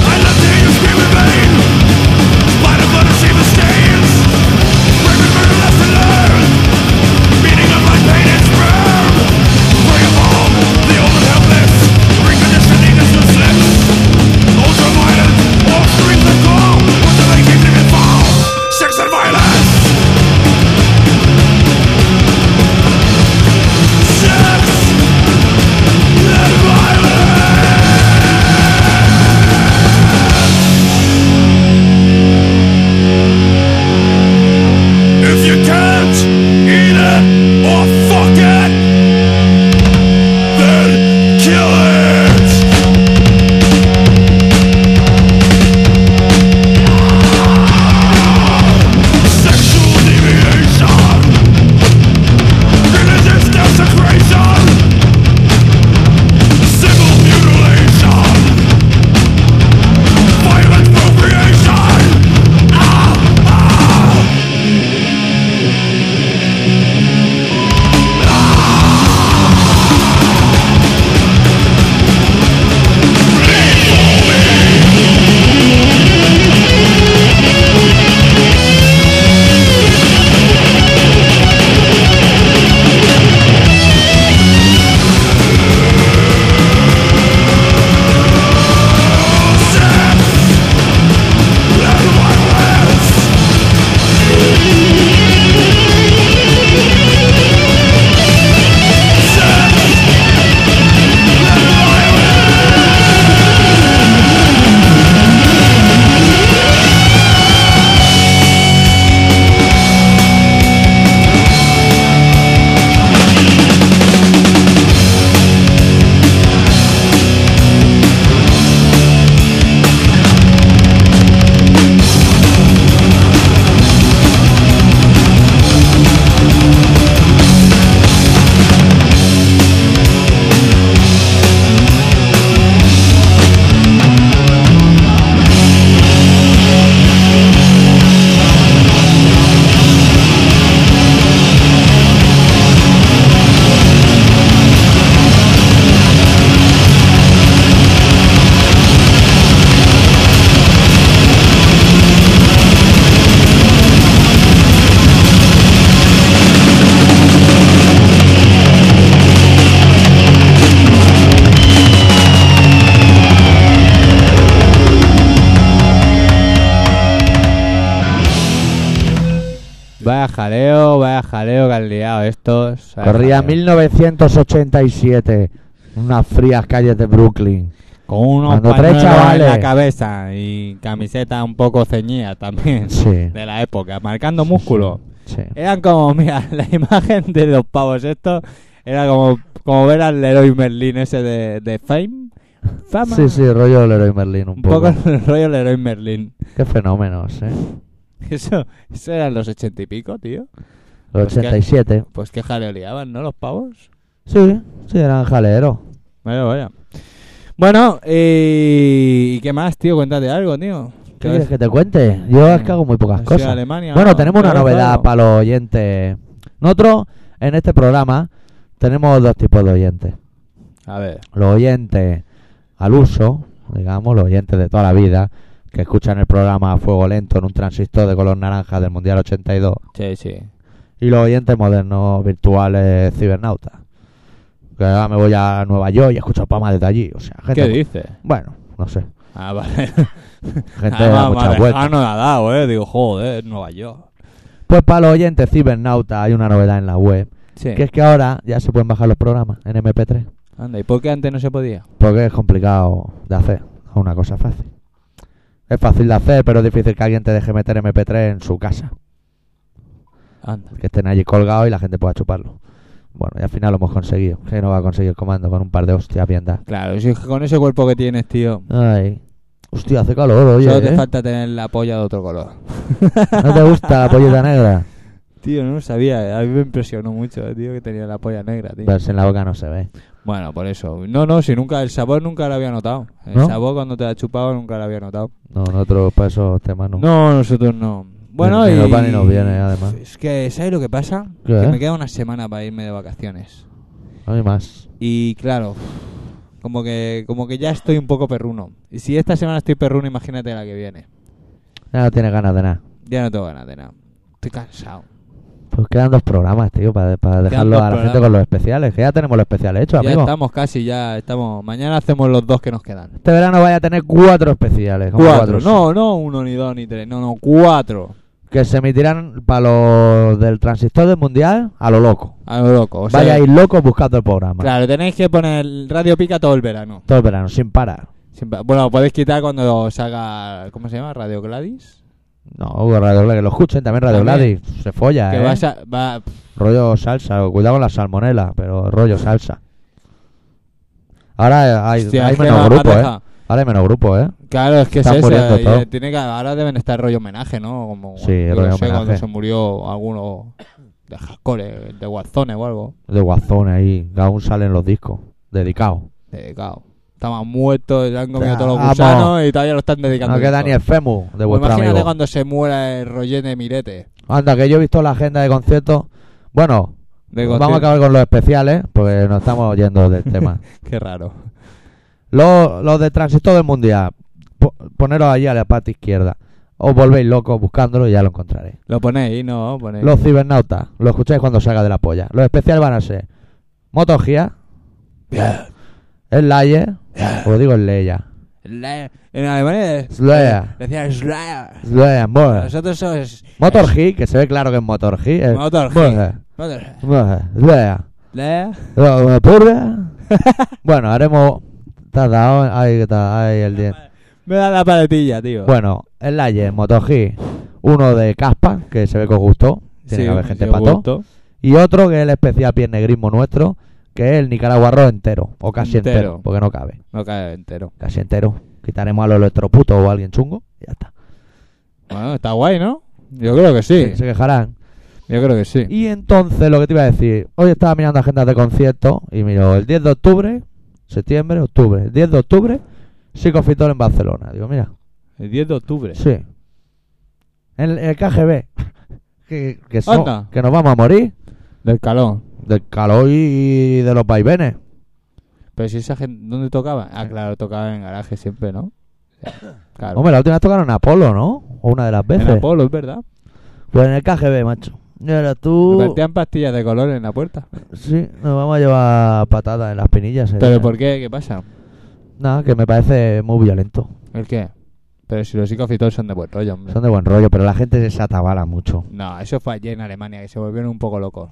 [SPEAKER 4] I love to hear you scream in vain. Light of blood and shame and stains. Raven murder, lust and learn. Beating up my pain and sperm. Bring 'em all, the old and helpless. Reconditioning is useless. Ultraviolet, all screams and call. What do they keep living for? Sex and violence. Sex and violence. If you can't eat it or fuck it, then kill it. Sexual deviation, religious desecration, civil mutilation, violent appropriation.
[SPEAKER 1] Vaya jaleo, vaya jaleo que han liado estos. Vaya
[SPEAKER 2] Corría
[SPEAKER 1] jaleo.
[SPEAKER 2] 1987. Unas frías calles de Brooklyn.
[SPEAKER 1] Con unos
[SPEAKER 2] Cuando tres
[SPEAKER 1] pañuelos en
[SPEAKER 2] chavales.
[SPEAKER 1] la cabeza y camiseta un poco ceñida también
[SPEAKER 2] (laughs) Sí.
[SPEAKER 1] de la época, marcando músculo. Eh,
[SPEAKER 2] Sí.
[SPEAKER 1] Eran como, (laughs) mira, la imagen de los pavos estos era como, como ver al Leroy Merlin ese de, de Fame. Fama.
[SPEAKER 2] Sí, sí, rollo Leroy Merlin un
[SPEAKER 1] Un
[SPEAKER 2] poco.
[SPEAKER 1] poco el (laughs) rollo Leroy Merlin. (laughs)
[SPEAKER 2] Qué fenómenos, ¿eh?
[SPEAKER 1] Eso, eso eran los ochenta y pico, tío.
[SPEAKER 2] Los
[SPEAKER 1] Pues que-
[SPEAKER 2] 87.
[SPEAKER 1] Pues qué jaleo liaban, ¿no? Los pavos.
[SPEAKER 2] Sí, sí, eran jaleros.
[SPEAKER 1] Vaya, vaya. Bueno, eh, y, ¿y qué más, tío? Cuéntate algo, tío.
[SPEAKER 2] ¿Qué quieres que te cuente? Yo es que hago muy pocas
[SPEAKER 1] Sí,
[SPEAKER 2] cosas.
[SPEAKER 1] Alemania,
[SPEAKER 2] Bueno,
[SPEAKER 1] ¿no?
[SPEAKER 2] tenemos una
[SPEAKER 1] Claro,
[SPEAKER 2] novedad
[SPEAKER 1] claro.
[SPEAKER 2] para los oyentes. Nosotros, en este programa, tenemos dos tipos de oyentes.
[SPEAKER 1] A ver.
[SPEAKER 2] Los oyentes al uso, digamos, los oyentes de toda la vida, que escuchan el programa a fuego lento en un transistor de color naranja del Mundial 82.
[SPEAKER 1] Sí, sí.
[SPEAKER 2] Y los oyentes modernos, virtuales, cibernautas. Que ahora me voy a Nueva York y escucho pamas desde allí. O sea, gente...
[SPEAKER 1] ¿Qué dices?
[SPEAKER 2] Bueno, no sé.
[SPEAKER 1] Ah, vale. (laughs)
[SPEAKER 2] Gente
[SPEAKER 1] ah, ma-
[SPEAKER 2] a muchas
[SPEAKER 1] ma-
[SPEAKER 2] vueltas.
[SPEAKER 1] ah, no la ha dado, eh. Digo, joder, Nueva York.
[SPEAKER 2] Pues para los oyentes cibernautas hay una novedad en la web,
[SPEAKER 1] Sí.
[SPEAKER 2] que es que ahora ya se pueden bajar los programas en MP3,
[SPEAKER 1] Anda, ¿y por qué antes no se podía?
[SPEAKER 2] porque es complicado de hacer, es una cosa fácil. Es fácil de hacer, pero es difícil que alguien te deje meter MP3 en su casa,
[SPEAKER 1] Anda.
[SPEAKER 2] que estén allí colgados y la gente pueda chuparlo. Bueno, y al final lo hemos conseguido. Que no va a conseguir el comando con un par de hostias bien dadas.
[SPEAKER 1] Claro, si es que con ese cuerpo que tienes, tío,
[SPEAKER 2] Ay. Hostia, hace calor, oye.
[SPEAKER 1] solo te
[SPEAKER 2] ¿eh?
[SPEAKER 1] falta tener la polla de otro color.
[SPEAKER 2] ¿No te gusta la
[SPEAKER 1] (laughs)
[SPEAKER 2] pollita negra?
[SPEAKER 1] Tío, no lo sabía. eh. A mí me impresionó mucho, eh, tío, que tenía la polla negra, tío.
[SPEAKER 2] Pero si en la boca no se ve.
[SPEAKER 1] Bueno, por eso. No, no, si nunca, el sabor nunca lo había notado. El
[SPEAKER 2] ¿No?
[SPEAKER 1] sabor cuando te la chupaba nunca lo había notado.
[SPEAKER 2] No, nosotros para esos temas no.
[SPEAKER 1] No, nosotros no. Bueno,
[SPEAKER 2] Ni-
[SPEAKER 1] y.
[SPEAKER 2] ni nos va ni nos viene, además.
[SPEAKER 1] Es que, ¿sabes lo que pasa?
[SPEAKER 2] ¿Qué? eh?
[SPEAKER 1] Que me queda una semana para irme de vacaciones.
[SPEAKER 2] No hay más.
[SPEAKER 1] Y claro, como que, como que ya estoy un poco perruno. Y si esta semana estoy perruno, imagínate la que viene.
[SPEAKER 2] Ya no tiene ganas de nada.
[SPEAKER 1] Ya no tengo ganas de nada. Estoy cansado.
[SPEAKER 2] Pues quedan dos programas, tío, para, para dejarlo
[SPEAKER 1] dos
[SPEAKER 2] a la
[SPEAKER 1] programas.
[SPEAKER 2] gente con los especiales, que ya tenemos los especiales hechos,
[SPEAKER 1] ya
[SPEAKER 2] amigo.
[SPEAKER 1] estamos casi, ya estamos. Mañana hacemos los dos que nos quedan.
[SPEAKER 2] Este verano vaya a tener cuatro especiales. como
[SPEAKER 1] Cuatro.
[SPEAKER 2] sí.
[SPEAKER 1] No, no uno, ni dos, ni tres. No, no, cuatro.
[SPEAKER 2] Que se emitirán para los del transistor del mundial a lo loco.
[SPEAKER 1] A lo loco. O sea,
[SPEAKER 2] Vaya a ir loco buscando el programa.
[SPEAKER 1] Claro, tenéis que poner Radio Pica todo el verano.
[SPEAKER 2] Todo el verano, sin parar.
[SPEAKER 1] Sin pa- Bueno, podéis quitar cuando salga. ¿Cómo se llama? Radio Gladys.
[SPEAKER 2] No, Radio Gladys, que lo escuchen también Radio
[SPEAKER 1] También.
[SPEAKER 2] Gladys. Se folla,
[SPEAKER 1] Que
[SPEAKER 2] ¿eh?
[SPEAKER 1] va a sa- va-
[SPEAKER 2] Rollo salsa, o cuidado con la salmonela, pero rollo salsa. Ahora hay,
[SPEAKER 1] Hostia,
[SPEAKER 2] hay
[SPEAKER 1] es que me-
[SPEAKER 2] menos
[SPEAKER 1] me ha
[SPEAKER 2] grupos, ¿eh?
[SPEAKER 1] dejado.
[SPEAKER 2] Ahora hay menos grupos, ¿eh?
[SPEAKER 1] Claro, es que
[SPEAKER 2] Están
[SPEAKER 1] es
[SPEAKER 2] muriendo
[SPEAKER 1] eso.
[SPEAKER 2] todo.
[SPEAKER 1] eh, Tiene que, ahora deben estar rollo homenaje, ¿no? Como,
[SPEAKER 2] Sí,
[SPEAKER 1] yo
[SPEAKER 2] rollo
[SPEAKER 1] no sé, cuando
[SPEAKER 2] homenaje.
[SPEAKER 1] se murió alguno de Hardcore, de Warzone o algo.
[SPEAKER 2] De guazón ahí, que aún salen los discos. Dedicados.
[SPEAKER 1] Eh, claro. Estaban muertos, le han comido
[SPEAKER 2] Ah,
[SPEAKER 1] todos los
[SPEAKER 2] vamos.
[SPEAKER 1] gusanos y todavía lo están dedicando.
[SPEAKER 2] No queda
[SPEAKER 1] esto.
[SPEAKER 2] ni el fémur de
[SPEAKER 1] Pues
[SPEAKER 2] vuestro
[SPEAKER 1] imagínate
[SPEAKER 2] amigo.
[SPEAKER 1] cuando se muera el rollete de Mirete.
[SPEAKER 2] Anda, que yo he visto la agenda de conciertos. Bueno,
[SPEAKER 1] De
[SPEAKER 2] vamos a acabar con los especiales, porque nos estamos yendo
[SPEAKER 1] (laughs)
[SPEAKER 2] del tema.
[SPEAKER 1] Qué raro.
[SPEAKER 2] Los, los de Transistor del Mundial, po- poneros allí a la parte izquierda. Os volvéis locos buscándolo y ya lo encontraréis.
[SPEAKER 1] Lo ponéis, ¿no? Ponéis.
[SPEAKER 2] Los cibernautas, lo escucháis cuando salga de la polla. Los especiales van a ser Motogia, el Layer, os digo el Leia.
[SPEAKER 1] Slayer. En Alemania es-
[SPEAKER 2] Slayer.
[SPEAKER 1] decían Slayer.
[SPEAKER 2] Slayer, Motor
[SPEAKER 1] Nosotros somos
[SPEAKER 2] Motorhead, que se ve claro que es eh. Motorhead. es-
[SPEAKER 1] Motorhead.
[SPEAKER 2] Motorhead,
[SPEAKER 1] Nosotros-
[SPEAKER 2] Motorhead, Slayer.
[SPEAKER 1] Slayer. (laughs)
[SPEAKER 2] No, ¿Una purga? bueno, haremos. Te has dado. Ahí está, ahí el día.
[SPEAKER 1] Me da la paletilla, tío.
[SPEAKER 2] Bueno, el Laye, Motoji. Uno de Caspa, que se ve que os gustó. Tiene que haber gente
[SPEAKER 1] sí,
[SPEAKER 2] pato.
[SPEAKER 1] gusto.
[SPEAKER 2] Y otro que es el especial pies negrismo nuestro, que es el Nicaragua Rock entero. O casi entero.
[SPEAKER 1] Entero.
[SPEAKER 2] porque no cabe.
[SPEAKER 1] No cae entero.
[SPEAKER 2] Casi entero. Quitaremos a los electroputos o a alguien chungo. Y ya está.
[SPEAKER 1] Bueno, está guay, ¿no? Yo creo que sí.
[SPEAKER 2] Se quejarán.
[SPEAKER 1] Yo creo que sí.
[SPEAKER 2] Y entonces lo que te iba a decir, hoy estaba mirando agendas de conciertos y miro el 10 de octubre, septiembre, octubre, el 10 de octubre, Psicofitor en Barcelona. Digo, mira,
[SPEAKER 1] El 10 de octubre.
[SPEAKER 2] sí. En el KGB, (laughs) que, que, so-
[SPEAKER 1] Anda.
[SPEAKER 2] que nos vamos a morir
[SPEAKER 1] Del calor.
[SPEAKER 2] del calor y de los vaivenes.
[SPEAKER 1] Pero si esa gente. ¿Dónde tocaba? Ah, claro, tocaba en garaje siempre, ¿no? Claro.
[SPEAKER 2] Hombre, la última vez tocaron Apolo, ¿no? O una de las veces.
[SPEAKER 1] en Apolo, es verdad.
[SPEAKER 2] Pues en el KGB, macho. Y ahora
[SPEAKER 1] Me
[SPEAKER 2] tú...
[SPEAKER 1] Vertían pastillas de color en la puerta.
[SPEAKER 2] Sí, nos vamos a llevar patadas en las pinillas. eh.
[SPEAKER 1] ¿Pero por qué? ¿Qué pasa?
[SPEAKER 2] Nada, que me parece muy violento.
[SPEAKER 1] ¿El qué? Pero si los psicofitores son de buen rollo, hombre.
[SPEAKER 2] Son de buen rollo, pero la gente se atabala mucho.
[SPEAKER 1] No, eso fue allí en Alemania, que se volvieron un poco locos.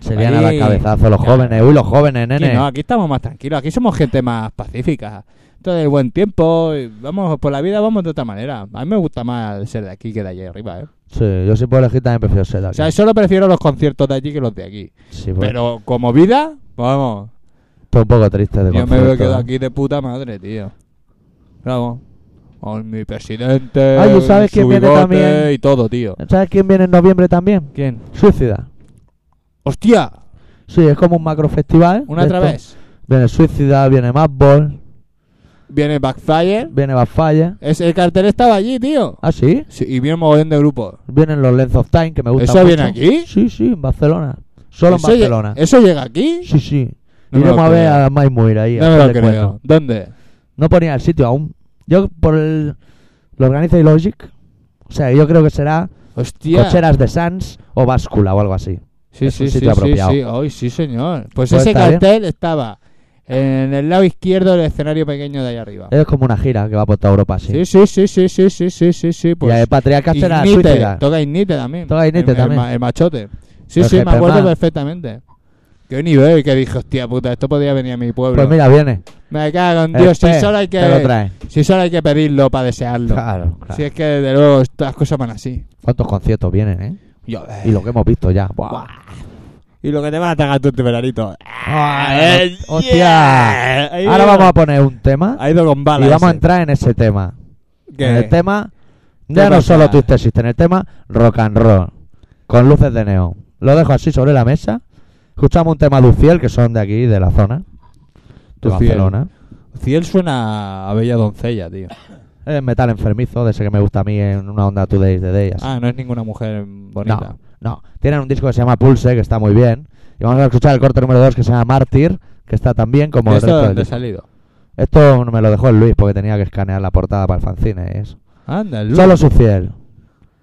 [SPEAKER 2] Se lían a
[SPEAKER 1] Ahí.
[SPEAKER 2] la cabezazo los jóvenes. Uy, los jóvenes,
[SPEAKER 1] Aquí
[SPEAKER 2] nene.
[SPEAKER 1] no, aquí estamos más tranquilos. Aquí somos gente más pacífica. esto del buen tiempo, y vamos, por la vida vamos de otra manera. A mí me gusta más ser de aquí que de allá arriba, ¿eh?
[SPEAKER 2] Sí, yo si puedo elegir también prefiero ser de
[SPEAKER 1] O
[SPEAKER 2] aquí.
[SPEAKER 1] sea, solo prefiero los conciertos de allí que los de aquí.
[SPEAKER 2] Sí, pues,
[SPEAKER 1] Pero como vida, vamos,
[SPEAKER 2] estoy un poco triste de
[SPEAKER 1] yo me
[SPEAKER 2] concierto,
[SPEAKER 1] he quedado
[SPEAKER 2] ¿eh?
[SPEAKER 1] aquí de puta madre, tío. Bravo. Con mi presidente,
[SPEAKER 2] Ay, ¿y sabes
[SPEAKER 1] su
[SPEAKER 2] quién viene
[SPEAKER 1] bigote
[SPEAKER 2] también?
[SPEAKER 1] y todo, tío.
[SPEAKER 2] ¿Sabes quién viene en noviembre también?
[SPEAKER 1] ¿Quién?
[SPEAKER 2] Suicida.
[SPEAKER 1] ¡Hostia!
[SPEAKER 2] Sí, es como un macro festival.
[SPEAKER 1] Una otra vez.
[SPEAKER 2] Viene Suicida, viene Madball,
[SPEAKER 1] Viene Backfire.
[SPEAKER 2] viene Badfire.
[SPEAKER 1] Es, el cartel estaba allí, tío.
[SPEAKER 2] Ah, sí.
[SPEAKER 1] Sí, y viene un mogollón de grupos.
[SPEAKER 2] Vienen los Length of Time, que me gusta
[SPEAKER 1] ¿Eso viene aquí?
[SPEAKER 2] Sí, sí, en Barcelona. Solo en
[SPEAKER 1] ¿Eso lle-
[SPEAKER 2] Barcelona.
[SPEAKER 1] ¿Eso llega aquí?
[SPEAKER 2] Sí, sí.
[SPEAKER 1] No me lo
[SPEAKER 2] Iremos a ver
[SPEAKER 1] creo.
[SPEAKER 2] a Mike Muir ahí. a
[SPEAKER 1] no me lo
[SPEAKER 2] hacerle
[SPEAKER 1] creo.
[SPEAKER 2] cuento.
[SPEAKER 1] ¿Dónde?
[SPEAKER 2] No ponía el sitio aún. Yo por el... Lo organiza Logic. O sea, yo creo que será
[SPEAKER 1] Hostia.
[SPEAKER 2] Cocheras de Sans o Báscula o algo así.
[SPEAKER 1] sí,
[SPEAKER 2] es
[SPEAKER 1] sí,
[SPEAKER 2] un
[SPEAKER 1] sí,
[SPEAKER 2] sitio
[SPEAKER 1] sí,
[SPEAKER 2] apropiado.
[SPEAKER 1] sí. Ay, sí, señor. Pues,
[SPEAKER 2] Pues
[SPEAKER 1] ese
[SPEAKER 2] está bien.
[SPEAKER 1] cartel estaba en el lado izquierdo del escenario pequeño de allá arriba.
[SPEAKER 2] Es como una gira que va por toda Europa, Eh, sí.
[SPEAKER 1] Ah. Sí, sí, sí, sí, sí, sí, sí, sí, sí.
[SPEAKER 2] y la de
[SPEAKER 1] Pues,
[SPEAKER 2] Patriarcas será
[SPEAKER 1] Ignite,
[SPEAKER 2] Suicida.
[SPEAKER 1] Toca Ignite también.
[SPEAKER 2] Toca Ignite
[SPEAKER 1] El- el
[SPEAKER 2] también.
[SPEAKER 1] ma- El, machote. Sí,
[SPEAKER 2] El
[SPEAKER 1] sí, me
[SPEAKER 2] Hyperman.
[SPEAKER 1] acuerdo perfectamente. Qué nivel que dije, hostia puta, esto podría venir a mi pueblo.
[SPEAKER 2] Pues mira, viene.
[SPEAKER 1] Me cago en
[SPEAKER 2] El
[SPEAKER 1] Dios, si
[SPEAKER 2] P,
[SPEAKER 1] solo hay que
[SPEAKER 2] Te lo trae.
[SPEAKER 1] Si solo hay que pedirlo para desearlo.
[SPEAKER 2] Claro, claro.
[SPEAKER 1] Si es que de luego estas cosas van así.
[SPEAKER 2] ¿Cuántos conciertos vienen, eh?
[SPEAKER 1] Yo, eh,
[SPEAKER 2] Y lo que hemos visto ya. Buah.
[SPEAKER 1] Buah. y lo que te vas a tragar tú este veranito.
[SPEAKER 2] Ah,
[SPEAKER 1] Eh,
[SPEAKER 2] ¡Hostia!
[SPEAKER 1] yeah. Ahí
[SPEAKER 2] Ahora
[SPEAKER 1] va.
[SPEAKER 2] vamos a poner un tema
[SPEAKER 1] Ha ido con balas.
[SPEAKER 2] y vamos a entrar en ese tema.
[SPEAKER 1] ¿Qué?
[SPEAKER 2] En el tema,
[SPEAKER 1] ¿Qué
[SPEAKER 2] ya no
[SPEAKER 1] pasa?
[SPEAKER 2] solo Twisted Sister, en el tema rock and roll, con luces de neón. Lo dejo así sobre la mesa. Escuchamos un tema de Uciel, que son de aquí, de la zona. De
[SPEAKER 1] Uciel.
[SPEAKER 2] Barcelona.
[SPEAKER 1] Ciel suena a Bella Doncella, tío.
[SPEAKER 2] Es metal enfermizo, de ese que me gusta a mí en una onda Two Days de Day. así.
[SPEAKER 1] Ah, no es ninguna mujer bonita.
[SPEAKER 2] no, no. Tienen un disco que se llama Pulse, que está muy bien. Y vamos a escuchar el corte número 2 que se llama Mártir, que está tan bien como
[SPEAKER 1] ¿De
[SPEAKER 2] el
[SPEAKER 1] esto
[SPEAKER 2] resto
[SPEAKER 1] de
[SPEAKER 2] del
[SPEAKER 1] dónde ha
[SPEAKER 2] disco.
[SPEAKER 1] salido?
[SPEAKER 2] Esto me lo dejó el Luis porque tenía que escanear la portada para el fanzine. ¿eh? Eso.
[SPEAKER 1] Anda, el
[SPEAKER 2] Solo su fiel.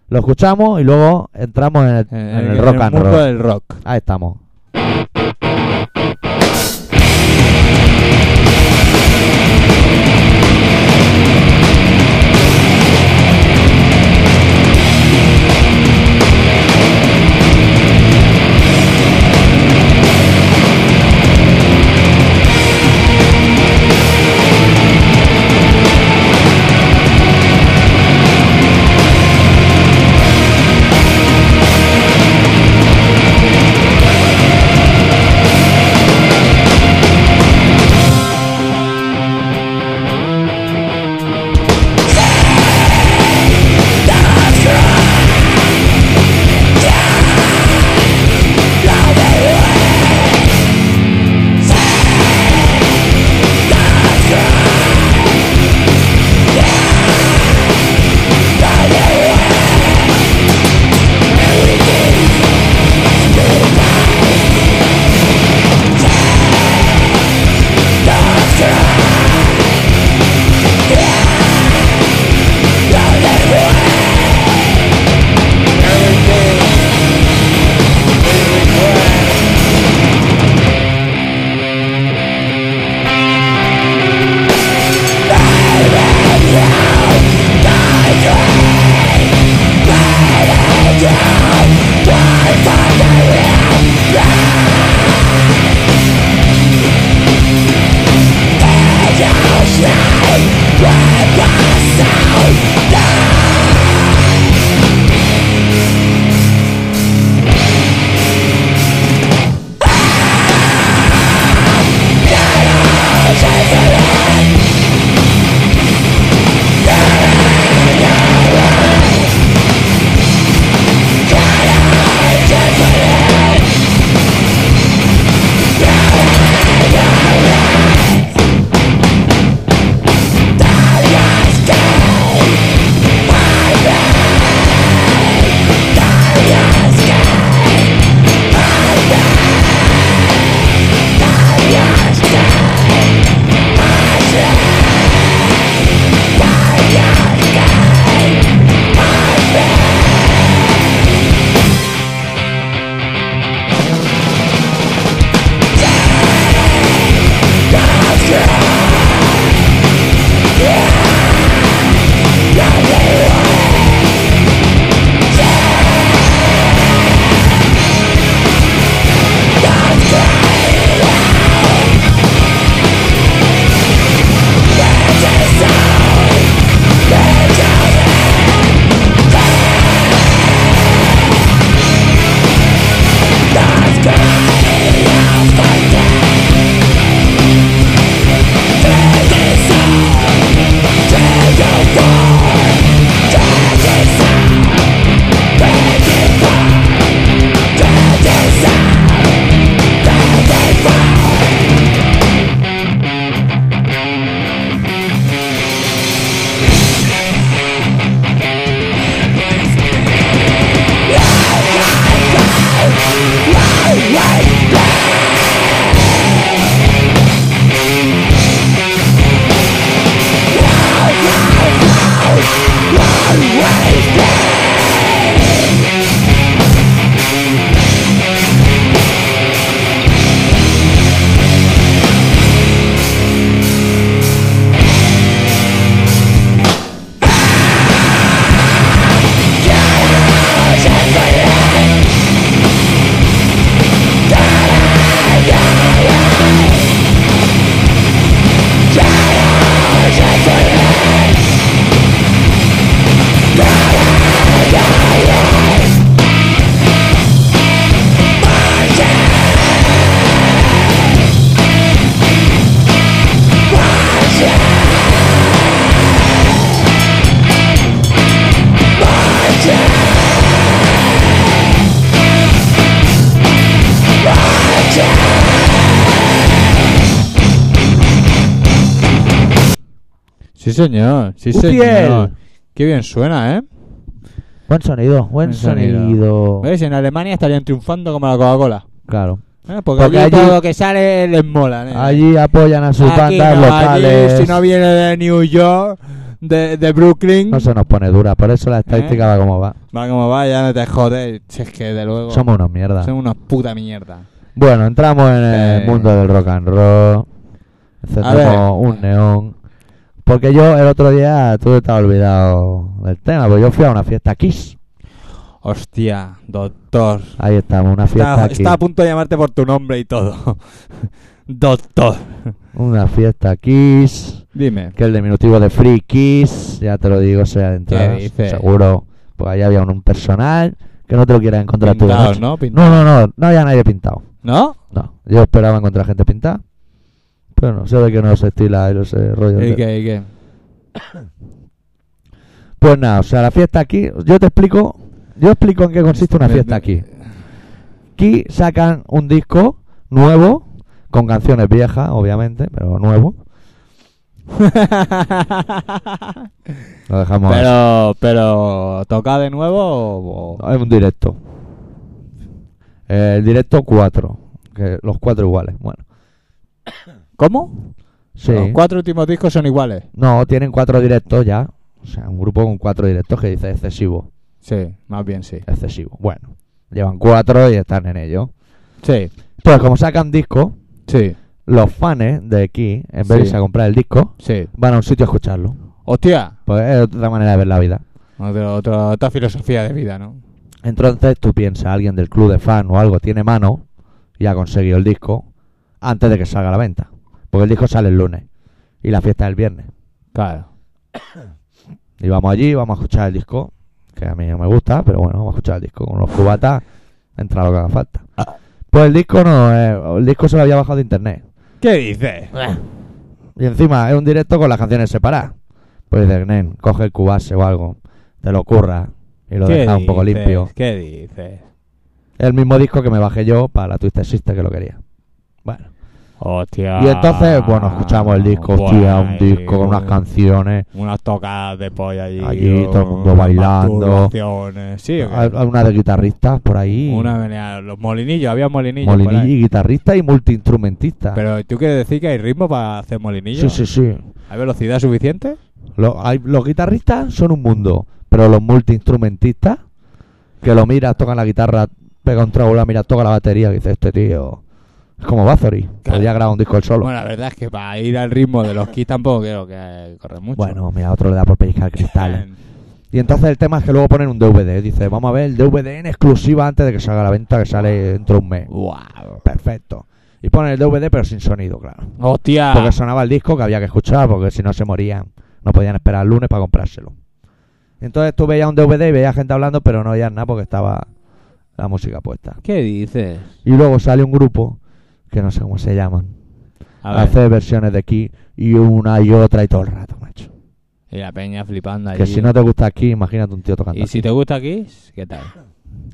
[SPEAKER 2] Lo escuchamos y luego entramos en el,
[SPEAKER 1] Eh, en,
[SPEAKER 2] en el rock and
[SPEAKER 1] mundo
[SPEAKER 2] roll.
[SPEAKER 1] del rock.
[SPEAKER 2] Ahí estamos.
[SPEAKER 4] Thank
[SPEAKER 1] Sí, señor. Sí,
[SPEAKER 2] Utiel.
[SPEAKER 1] señor. Qué bien suena, ¿eh?
[SPEAKER 2] Buen sonido, buen
[SPEAKER 1] Buen
[SPEAKER 2] sonido.
[SPEAKER 1] sonido. ¿Ves? En Alemania estarían triunfando como la Coca-Cola.
[SPEAKER 2] Claro.
[SPEAKER 1] ¿Eh? Porque,
[SPEAKER 2] Porque
[SPEAKER 1] allí
[SPEAKER 2] allí-
[SPEAKER 1] todo lo que sale les mola, ¿eh?
[SPEAKER 2] Allí apoyan a sus
[SPEAKER 1] Aquí
[SPEAKER 2] bandas
[SPEAKER 1] no, allí,
[SPEAKER 2] locales.
[SPEAKER 1] si no viene de New York, de, de Brooklyn...
[SPEAKER 2] No se nos pone dura, por eso
[SPEAKER 1] Eh.
[SPEAKER 2] la estadística va como va.
[SPEAKER 1] Va como va, ya no te jodes. Si es que, de luego...
[SPEAKER 2] Somos unos mierda.
[SPEAKER 1] Son unas puta mierda.
[SPEAKER 2] Bueno, entramos en el
[SPEAKER 1] Eh.
[SPEAKER 2] mundo del rock and
[SPEAKER 1] A
[SPEAKER 2] roll. Encendemos un neón. Porque yo el otro día tú te has olvidado del tema, porque yo fui a una fiesta Kiss.
[SPEAKER 1] Hostia, doctor.
[SPEAKER 2] Ahí estamos, una
[SPEAKER 1] Está,
[SPEAKER 2] fiesta Kiss.
[SPEAKER 1] está a punto de llamarte por tu nombre y todo. (laughs) doctor.
[SPEAKER 2] Una fiesta Kiss.
[SPEAKER 1] Dime.
[SPEAKER 2] Que el diminutivo de Free Kiss, ya te lo digo, sea de entrada.
[SPEAKER 1] ¿Qué dices?
[SPEAKER 2] Seguro. Pues ahí había un, un personal que no te lo quieras encontrar
[SPEAKER 1] Pintado,
[SPEAKER 2] tú. de noche.
[SPEAKER 1] ¿no? Pintado.
[SPEAKER 2] No, no, no, no había nadie pintado.
[SPEAKER 1] ¿No?
[SPEAKER 2] No, yo esperaba encontrar gente pintada. Pero no, se ve que no se estila los eh, rollos.
[SPEAKER 1] ¿Y
[SPEAKER 2] de-
[SPEAKER 1] qué, y qué?
[SPEAKER 2] Pues nada, o sea, la fiesta aquí, yo te explico, yo explico en qué consiste una
[SPEAKER 1] Me- me-
[SPEAKER 2] fiesta aquí. Aquí sacan un disco nuevo, con canciones viejas, obviamente, pero nuevo. Lo dejamos
[SPEAKER 1] (laughs)
[SPEAKER 2] ahí.
[SPEAKER 1] pero, pero, ¿toca de nuevo o- o-
[SPEAKER 2] No, Ah, Es un directo. Eh, El directo 4, que los cuatro iguales, bueno.
[SPEAKER 1] ¿Cómo?
[SPEAKER 2] Sí.
[SPEAKER 1] Los cuatro últimos discos son iguales.
[SPEAKER 2] No, tienen cuatro directos ya. O sea, un grupo con cuatro directos que dice excesivo,
[SPEAKER 1] Sí, más bien sí.
[SPEAKER 2] excesivo. Bueno, llevan cuatro y están en ello.
[SPEAKER 1] Sí,
[SPEAKER 2] Entonces, como sacan disco,
[SPEAKER 1] sí,
[SPEAKER 2] los fans de aquí, en vez de
[SPEAKER 1] Sí.
[SPEAKER 2] irse a comprar el disco,
[SPEAKER 1] sí.
[SPEAKER 2] van a un sitio a escucharlo.
[SPEAKER 1] ¡Hostia!
[SPEAKER 2] Pues es otra manera de ver la vida.
[SPEAKER 1] Otra- otra- otra filosofía de vida, ¿no?
[SPEAKER 2] Entonces tú piensas, alguien del club de fan o algo tiene mano y ha conseguido el disco antes de que salga a la venta. Porque el disco sale el lunes y la fiesta es el viernes.
[SPEAKER 1] Claro.
[SPEAKER 2] Y vamos allí, vamos a escuchar el disco, que a mí no me gusta, pero bueno, vamos a escuchar el disco con los cubatas, entra lo que haga falta. Pues el disco no, eh, el disco se lo había bajado de internet.
[SPEAKER 1] ¿Qué dices?
[SPEAKER 2] Y encima es un directo con las canciones separadas. Pues de Nen, coge el cubase o algo, te lo curra y lo
[SPEAKER 1] ¿Qué
[SPEAKER 2] deja un poco
[SPEAKER 1] dices?
[SPEAKER 2] limpio.
[SPEAKER 1] ¿Qué dices?
[SPEAKER 2] El mismo disco que me bajé yo para la Twister Sister que lo quería. Bueno.
[SPEAKER 1] Hostia.
[SPEAKER 2] Y entonces, bueno, escuchamos el disco, hostia, un
[SPEAKER 1] Guay,
[SPEAKER 2] disco con unas canciones.
[SPEAKER 1] Unas tocadas de polla allí.
[SPEAKER 2] Allí, todo el
[SPEAKER 1] con
[SPEAKER 2] mundo bailando.
[SPEAKER 1] masturbaciones. Sí, ¿o qué?
[SPEAKER 2] Hay hay una de guitarristas por ahí.
[SPEAKER 1] Una venía, los molinillos, había molinillos. por
[SPEAKER 2] Molinillo
[SPEAKER 1] ahí.
[SPEAKER 2] y guitarrista y multiinstrumentista.
[SPEAKER 1] Pero tú quieres decir que hay ritmo para hacer
[SPEAKER 2] Sí,
[SPEAKER 1] molinillos.
[SPEAKER 2] sí, sí.
[SPEAKER 1] ¿Hay velocidad suficiente?
[SPEAKER 2] Lo- hay- los guitarristas son un mundo, pero los multiinstrumentistas, que lo miras, tocan la guitarra, pega un trago, la miras, toca la batería, que dice este tío. Es como Bathory, podría grabar un disco el solo.
[SPEAKER 1] Bueno, la verdad es que para ir al ritmo de los keys tampoco creo que corre mucho.
[SPEAKER 2] Bueno, mira, otro le da por pellizcar cristales. Y entonces el tema es que luego ponen un DVD. Dice, vamos a ver el DVD en exclusiva antes de que salga a la venta, que sale dentro de un mes.
[SPEAKER 1] Wow.
[SPEAKER 2] Perfecto. Y ponen el DVD, pero sin sonido, claro.
[SPEAKER 1] Hostia.
[SPEAKER 2] Porque sonaba el disco que había que escuchar, porque si no se morían, no podían esperar el lunes para comprárselo. Entonces tú veías un DVD y veías gente hablando, pero no oías nada porque estaba la música puesta.
[SPEAKER 1] ¿Qué dices?
[SPEAKER 2] Y luego sale un grupo, que no sé cómo se llaman,
[SPEAKER 1] A ver.
[SPEAKER 2] hace versiones de aquí y una y otra y todo el rato, macho.
[SPEAKER 1] Y la peña flipando allí.
[SPEAKER 2] Que si no te gusta aquí, imagínate un tío tocando.
[SPEAKER 1] y si te gusta Kiss, ¿qué tal?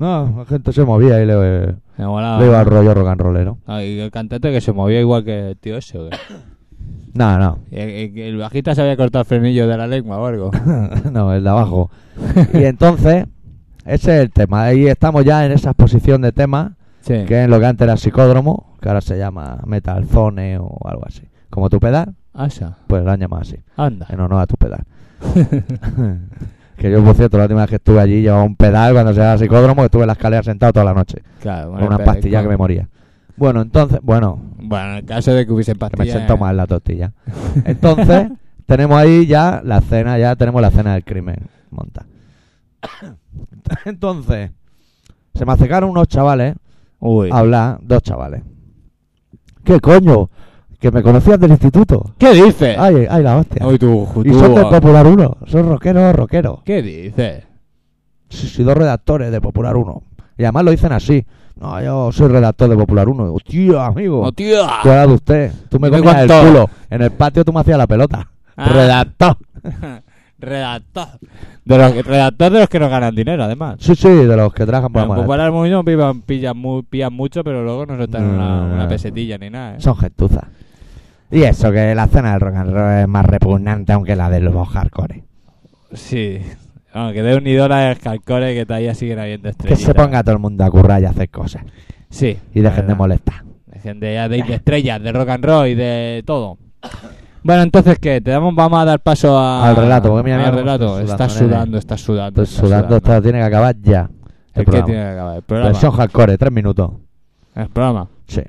[SPEAKER 2] No, la gente se movía y le,
[SPEAKER 1] Me molaba.
[SPEAKER 2] le iba al rollo rock and rollero.
[SPEAKER 1] Ah, y el cantante que se movía igual que el tío ese, ¿o qué?
[SPEAKER 2] No, no.
[SPEAKER 1] El, el- el bajista se había cortado el frenillo de la lengua o algo.
[SPEAKER 2] (laughs) no, el de abajo.
[SPEAKER 1] (laughs)
[SPEAKER 2] y entonces, ese es el tema. Ahí estamos ya en esa exposición de temas,
[SPEAKER 1] Sí.
[SPEAKER 2] que es lo que antes era psicódromo, que ahora se llama Metal Zone o algo así. Como tu pedal,
[SPEAKER 1] Asa.
[SPEAKER 2] pues lo han llamado así,
[SPEAKER 1] Anda.
[SPEAKER 2] en honor a tu pedal. (laughs) que yo, por cierto, la última vez que estuve allí llevaba un pedal cuando se llamaba psicódromo, que estuve en la escalera sentado toda la noche,
[SPEAKER 1] (laughs) Claro,
[SPEAKER 2] con una
[SPEAKER 1] pero-
[SPEAKER 2] pastilla que me moría. Bueno, entonces, bueno,
[SPEAKER 1] Bueno, en el caso de que hubiesen
[SPEAKER 2] que me
[SPEAKER 1] pastillas. eh.
[SPEAKER 2] siento mal la tortilla. Entonces, tenemos ahí ya la cena, ya tenemos la cena del crimen. Monta. (coughs) Entonces, se me acercaron unos chavales
[SPEAKER 1] Uy.
[SPEAKER 2] a hablar, dos chavales. ¿Qué coño? Que me conocían del instituto.
[SPEAKER 1] ¿Qué dices?
[SPEAKER 2] Ay, ay, la hostia.
[SPEAKER 1] Uy, tú, Eh. tú,
[SPEAKER 2] y son de
[SPEAKER 1] ah.
[SPEAKER 2] Popular 1, son rockeros, rockeros.
[SPEAKER 1] ¿Qué dices?
[SPEAKER 2] Sí, sí, dos redactores de Popular 1. Y además lo dicen así. No, yo soy redactor de Popular 1. Hostia, amigo.
[SPEAKER 1] ¡Oh, tío!
[SPEAKER 2] ¿Qué era de usted? Tú me
[SPEAKER 1] Dime
[SPEAKER 2] comías el
[SPEAKER 1] cuánto.
[SPEAKER 2] culo. En el patio tú me hacías la pelota.
[SPEAKER 1] Ah.
[SPEAKER 2] Redactor.
[SPEAKER 1] (laughs) redactor. De los, que- redactor de los que no ganan dinero, además.
[SPEAKER 2] Sí, sí, de los que trabajan por la
[SPEAKER 1] Para
[SPEAKER 2] mano.
[SPEAKER 1] popular muy no pillan, pillan mu- pillan mucho, pero luego no se están
[SPEAKER 2] No,
[SPEAKER 1] una,
[SPEAKER 2] no, no.
[SPEAKER 1] una pesetilla ni nada. ¿eh?
[SPEAKER 2] Son gentuzas. Y eso, que la escena del rock and roll es más repugnante aunque la del hardcore.
[SPEAKER 1] Sí. Aunque de un ídolo es calcore que todavía siguen habiendo
[SPEAKER 2] Que
[SPEAKER 1] estrellitas.
[SPEAKER 2] se ponga todo el mundo a currar y a hacer cosas.
[SPEAKER 1] Sí.
[SPEAKER 2] Y
[SPEAKER 1] la
[SPEAKER 2] dejen de
[SPEAKER 1] verdad.
[SPEAKER 2] molestar.
[SPEAKER 1] Hay Gente ya de, de estrellas, de rock and roll y de todo. Bueno, entonces, ¿qué? ¿Te damos, vamos a dar paso a-
[SPEAKER 2] Al relato, porque mira, mira
[SPEAKER 1] al
[SPEAKER 2] cómo
[SPEAKER 1] relato.
[SPEAKER 2] estoy
[SPEAKER 1] Estás
[SPEAKER 2] sudando,
[SPEAKER 1] sudando, estás sudando.
[SPEAKER 2] Estoy
[SPEAKER 1] estás
[SPEAKER 2] Pues sudando, esto tiene que acabar ya. El
[SPEAKER 1] ¿El qué
[SPEAKER 2] programa. Pues
[SPEAKER 1] tiene que acabar? El programa.
[SPEAKER 2] Versión hardcore, tres minutos.
[SPEAKER 1] El programa.
[SPEAKER 2] Sí.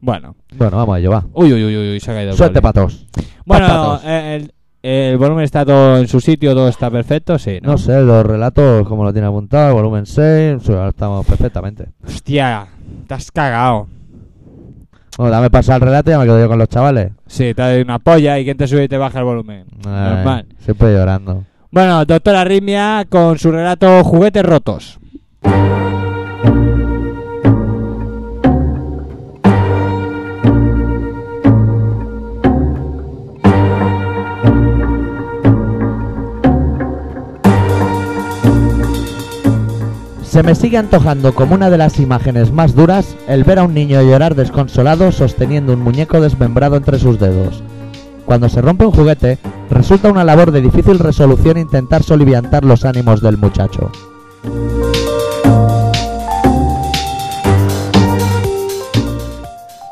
[SPEAKER 1] Bueno.
[SPEAKER 2] Bueno, vamos a llevar.
[SPEAKER 1] Uy, uy, uy, uy, se ha caído el
[SPEAKER 2] Suerte,
[SPEAKER 1] boli.
[SPEAKER 2] patos.
[SPEAKER 1] Bueno, eh,
[SPEAKER 2] patatos.
[SPEAKER 1] el, el volumen está todo en su sitio, todo está perfecto, sí. ¿no?
[SPEAKER 2] No sé, los relatos, como lo tiene apuntado, el volumen 6, ahora estamos perfectamente.
[SPEAKER 1] Hostia, te has cagado.
[SPEAKER 2] Bueno, dame paso al relato y ya me quedo yo con los chavales.
[SPEAKER 1] Sí, te doy una polla y quien te sube y te baja el volumen.
[SPEAKER 2] Ay,
[SPEAKER 1] Normal.
[SPEAKER 2] Siempre llorando.
[SPEAKER 1] Bueno, doctora Arritmia con su relato Juguetes rotos.
[SPEAKER 2] Se me sigue antojando como una de las imágenes más duras el ver a un niño llorar desconsolado sosteniendo un muñeco desmembrado entre sus dedos. Cuando se rompe un juguete, resulta una labor de difícil resolución intentar soliviantar los ánimos del muchacho.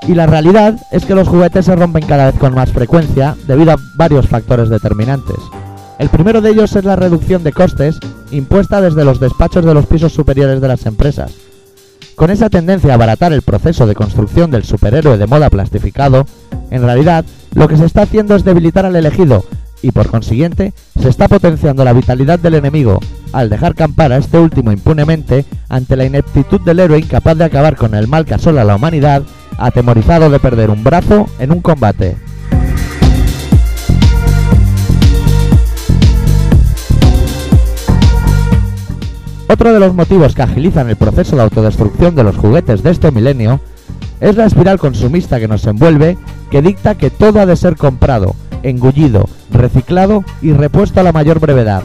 [SPEAKER 2] Y la realidad es que los juguetes se rompen cada vez con más frecuencia debido a varios factores determinantes. El primero de ellos es la reducción de costes impuesta desde los despachos de los pisos superiores de las empresas. Con esa tendencia a abaratar el proceso de construcción del superhéroe de moda plastificado, en realidad lo que se está haciendo es debilitar al elegido y por consiguiente se está potenciando la vitalidad del enemigo al dejar campar a este último impunemente ante la ineptitud del héroe incapaz de acabar con el mal que asola a la humanidad, atemorizado de perder un brazo en un combate. Otro de los motivos que agilizan el proceso de autodestrucción de los juguetes de este milenio es la espiral consumista que nos envuelve que dicta que todo ha de ser comprado, engullido, reciclado y repuesto a la mayor brevedad.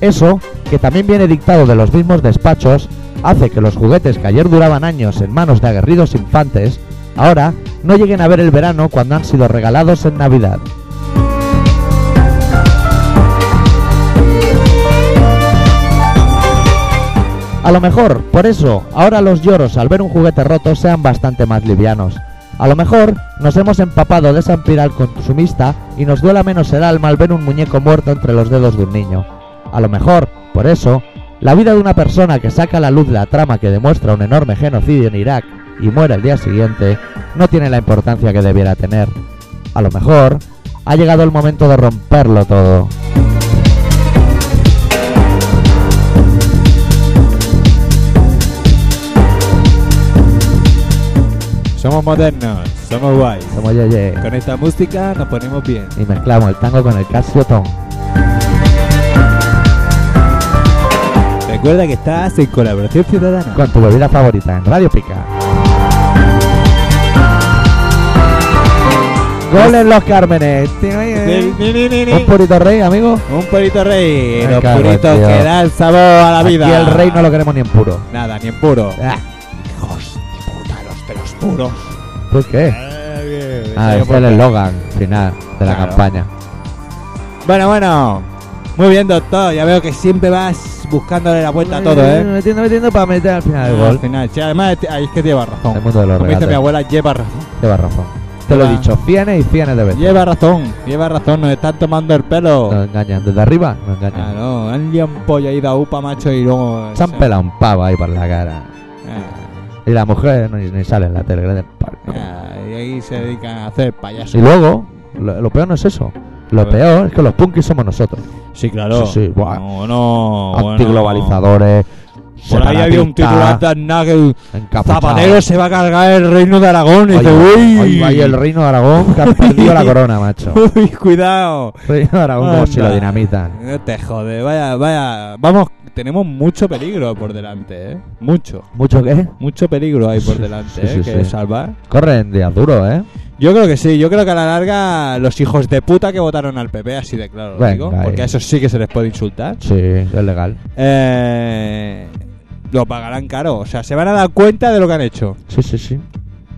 [SPEAKER 2] Eso, que también viene dictado de los mismos despachos, hace que los juguetes que ayer duraban años en manos de aguerridos infantes, ahora no lleguen a ver el verano cuando han sido regalados en Navidad. A lo mejor, por eso, ahora los lloros al ver un juguete roto sean bastante más livianos. A lo mejor nos hemos empapado de esa espiral consumista y nos duela menos el alma al ver un muñeco muerto entre los dedos de un niño. A lo mejor, por eso, la vida de una persona que saca a la luz la trama que demuestra un enorme genocidio en Irak y muere el día siguiente no tiene la importancia que debiera tener. A lo mejor, ha llegado el momento de romperlo todo.
[SPEAKER 1] Somos modernos, somos guays.
[SPEAKER 2] Como ye, ye.
[SPEAKER 1] Con esta música nos ponemos bien.
[SPEAKER 2] y mezclamos el tango con el casiotón.
[SPEAKER 1] Recuerda que estás en colaboración ciudadana.
[SPEAKER 2] con tu bebida favorita en Radio Pica. Gol en los Cármenes.
[SPEAKER 1] Ni,
[SPEAKER 2] Un
[SPEAKER 1] ni, ni, ni, ni.
[SPEAKER 2] purito rey, amigo.
[SPEAKER 1] Un purito rey,
[SPEAKER 2] Me
[SPEAKER 1] los
[SPEAKER 2] cago en
[SPEAKER 1] puritos
[SPEAKER 2] Dios.
[SPEAKER 1] que da el sabor a la vida.
[SPEAKER 2] Y el rey no lo queremos ni en puro.
[SPEAKER 1] Nada, ni en puro.
[SPEAKER 2] Ah,
[SPEAKER 1] Hijos de puta, los de los puros.
[SPEAKER 2] ¿Por qué?
[SPEAKER 1] Eh,
[SPEAKER 2] Ah, es el eslogan final de la
[SPEAKER 1] Claro.
[SPEAKER 2] campaña.
[SPEAKER 1] Bueno, bueno. Muy bien, doctor. Ya veo que siempre vas buscándole la vuelta a todo, ¿eh?
[SPEAKER 2] Metiendo, metiendo para meter al final el
[SPEAKER 1] Al
[SPEAKER 2] gol.
[SPEAKER 1] final. Sí, además, te- ahí es que lleva razón.
[SPEAKER 2] El mundo de los
[SPEAKER 1] Como dice mi
[SPEAKER 2] regates.
[SPEAKER 1] abuela, lleva razón.
[SPEAKER 2] Lleva razón. Te lo he
[SPEAKER 1] Ah.
[SPEAKER 2] dicho, cienes y cienes de veces.
[SPEAKER 1] Lleva razón, lleva razón. Nos están tomando el pelo.
[SPEAKER 2] Nos engañan. Desde arriba nos
[SPEAKER 1] Ah,
[SPEAKER 2] engañan.
[SPEAKER 1] no, han liado un pollo ahí de upa, macho, y luego...
[SPEAKER 2] Se han pelado un pavo ahí por la cara.
[SPEAKER 1] Ah,
[SPEAKER 2] Y la mujer ni, ni sale en la tele. que le den por culo.
[SPEAKER 1] ah, y ahí se dedican a hacer payasos.
[SPEAKER 2] Y luego, lo, lo peor no es eso. Lo
[SPEAKER 1] A ver.
[SPEAKER 2] peor es que los punkis somos nosotros.
[SPEAKER 1] Sí, claro.
[SPEAKER 2] Sí, sí, buah.
[SPEAKER 1] No, no, Ah, bueno.
[SPEAKER 2] Antiglobalizadores.
[SPEAKER 1] Por ahí había un titular
[SPEAKER 2] separatistas,
[SPEAKER 1] tan nada que
[SPEAKER 2] encapuchados.
[SPEAKER 1] Zapatero se va a cargar el reino de Aragón. Y
[SPEAKER 2] Oye,
[SPEAKER 1] dice, uy,
[SPEAKER 2] oye, oye, el reino de Aragón que ha perdido
[SPEAKER 1] (laughs)
[SPEAKER 2] la corona, macho.
[SPEAKER 1] uy, cuidado.
[SPEAKER 2] Reino de Aragón como si lo
[SPEAKER 1] Anda.
[SPEAKER 2] dinamitan.
[SPEAKER 1] No te jode, vaya, vaya. Vamos, tenemos mucho peligro por delante, ¿eh? Mucho,
[SPEAKER 2] ¿Mucho qué?
[SPEAKER 1] mucho peligro hay por
[SPEAKER 2] Sí,
[SPEAKER 1] delante,
[SPEAKER 2] sí,
[SPEAKER 1] ¿eh?
[SPEAKER 2] sí,
[SPEAKER 1] que
[SPEAKER 2] sí.
[SPEAKER 1] salvar.
[SPEAKER 2] Corren días duros, ¿eh?
[SPEAKER 1] Yo creo que sí, yo creo que a la larga los hijos de puta que votaron al PP, así de claro lo
[SPEAKER 2] Venga,
[SPEAKER 1] digo,
[SPEAKER 2] ahí.
[SPEAKER 1] porque a esos sí que se les puede insultar,
[SPEAKER 2] Sí, es legal.
[SPEAKER 1] eh, lo pagarán caro, o sea, se van a dar cuenta de lo que han hecho.
[SPEAKER 2] Sí, sí, sí.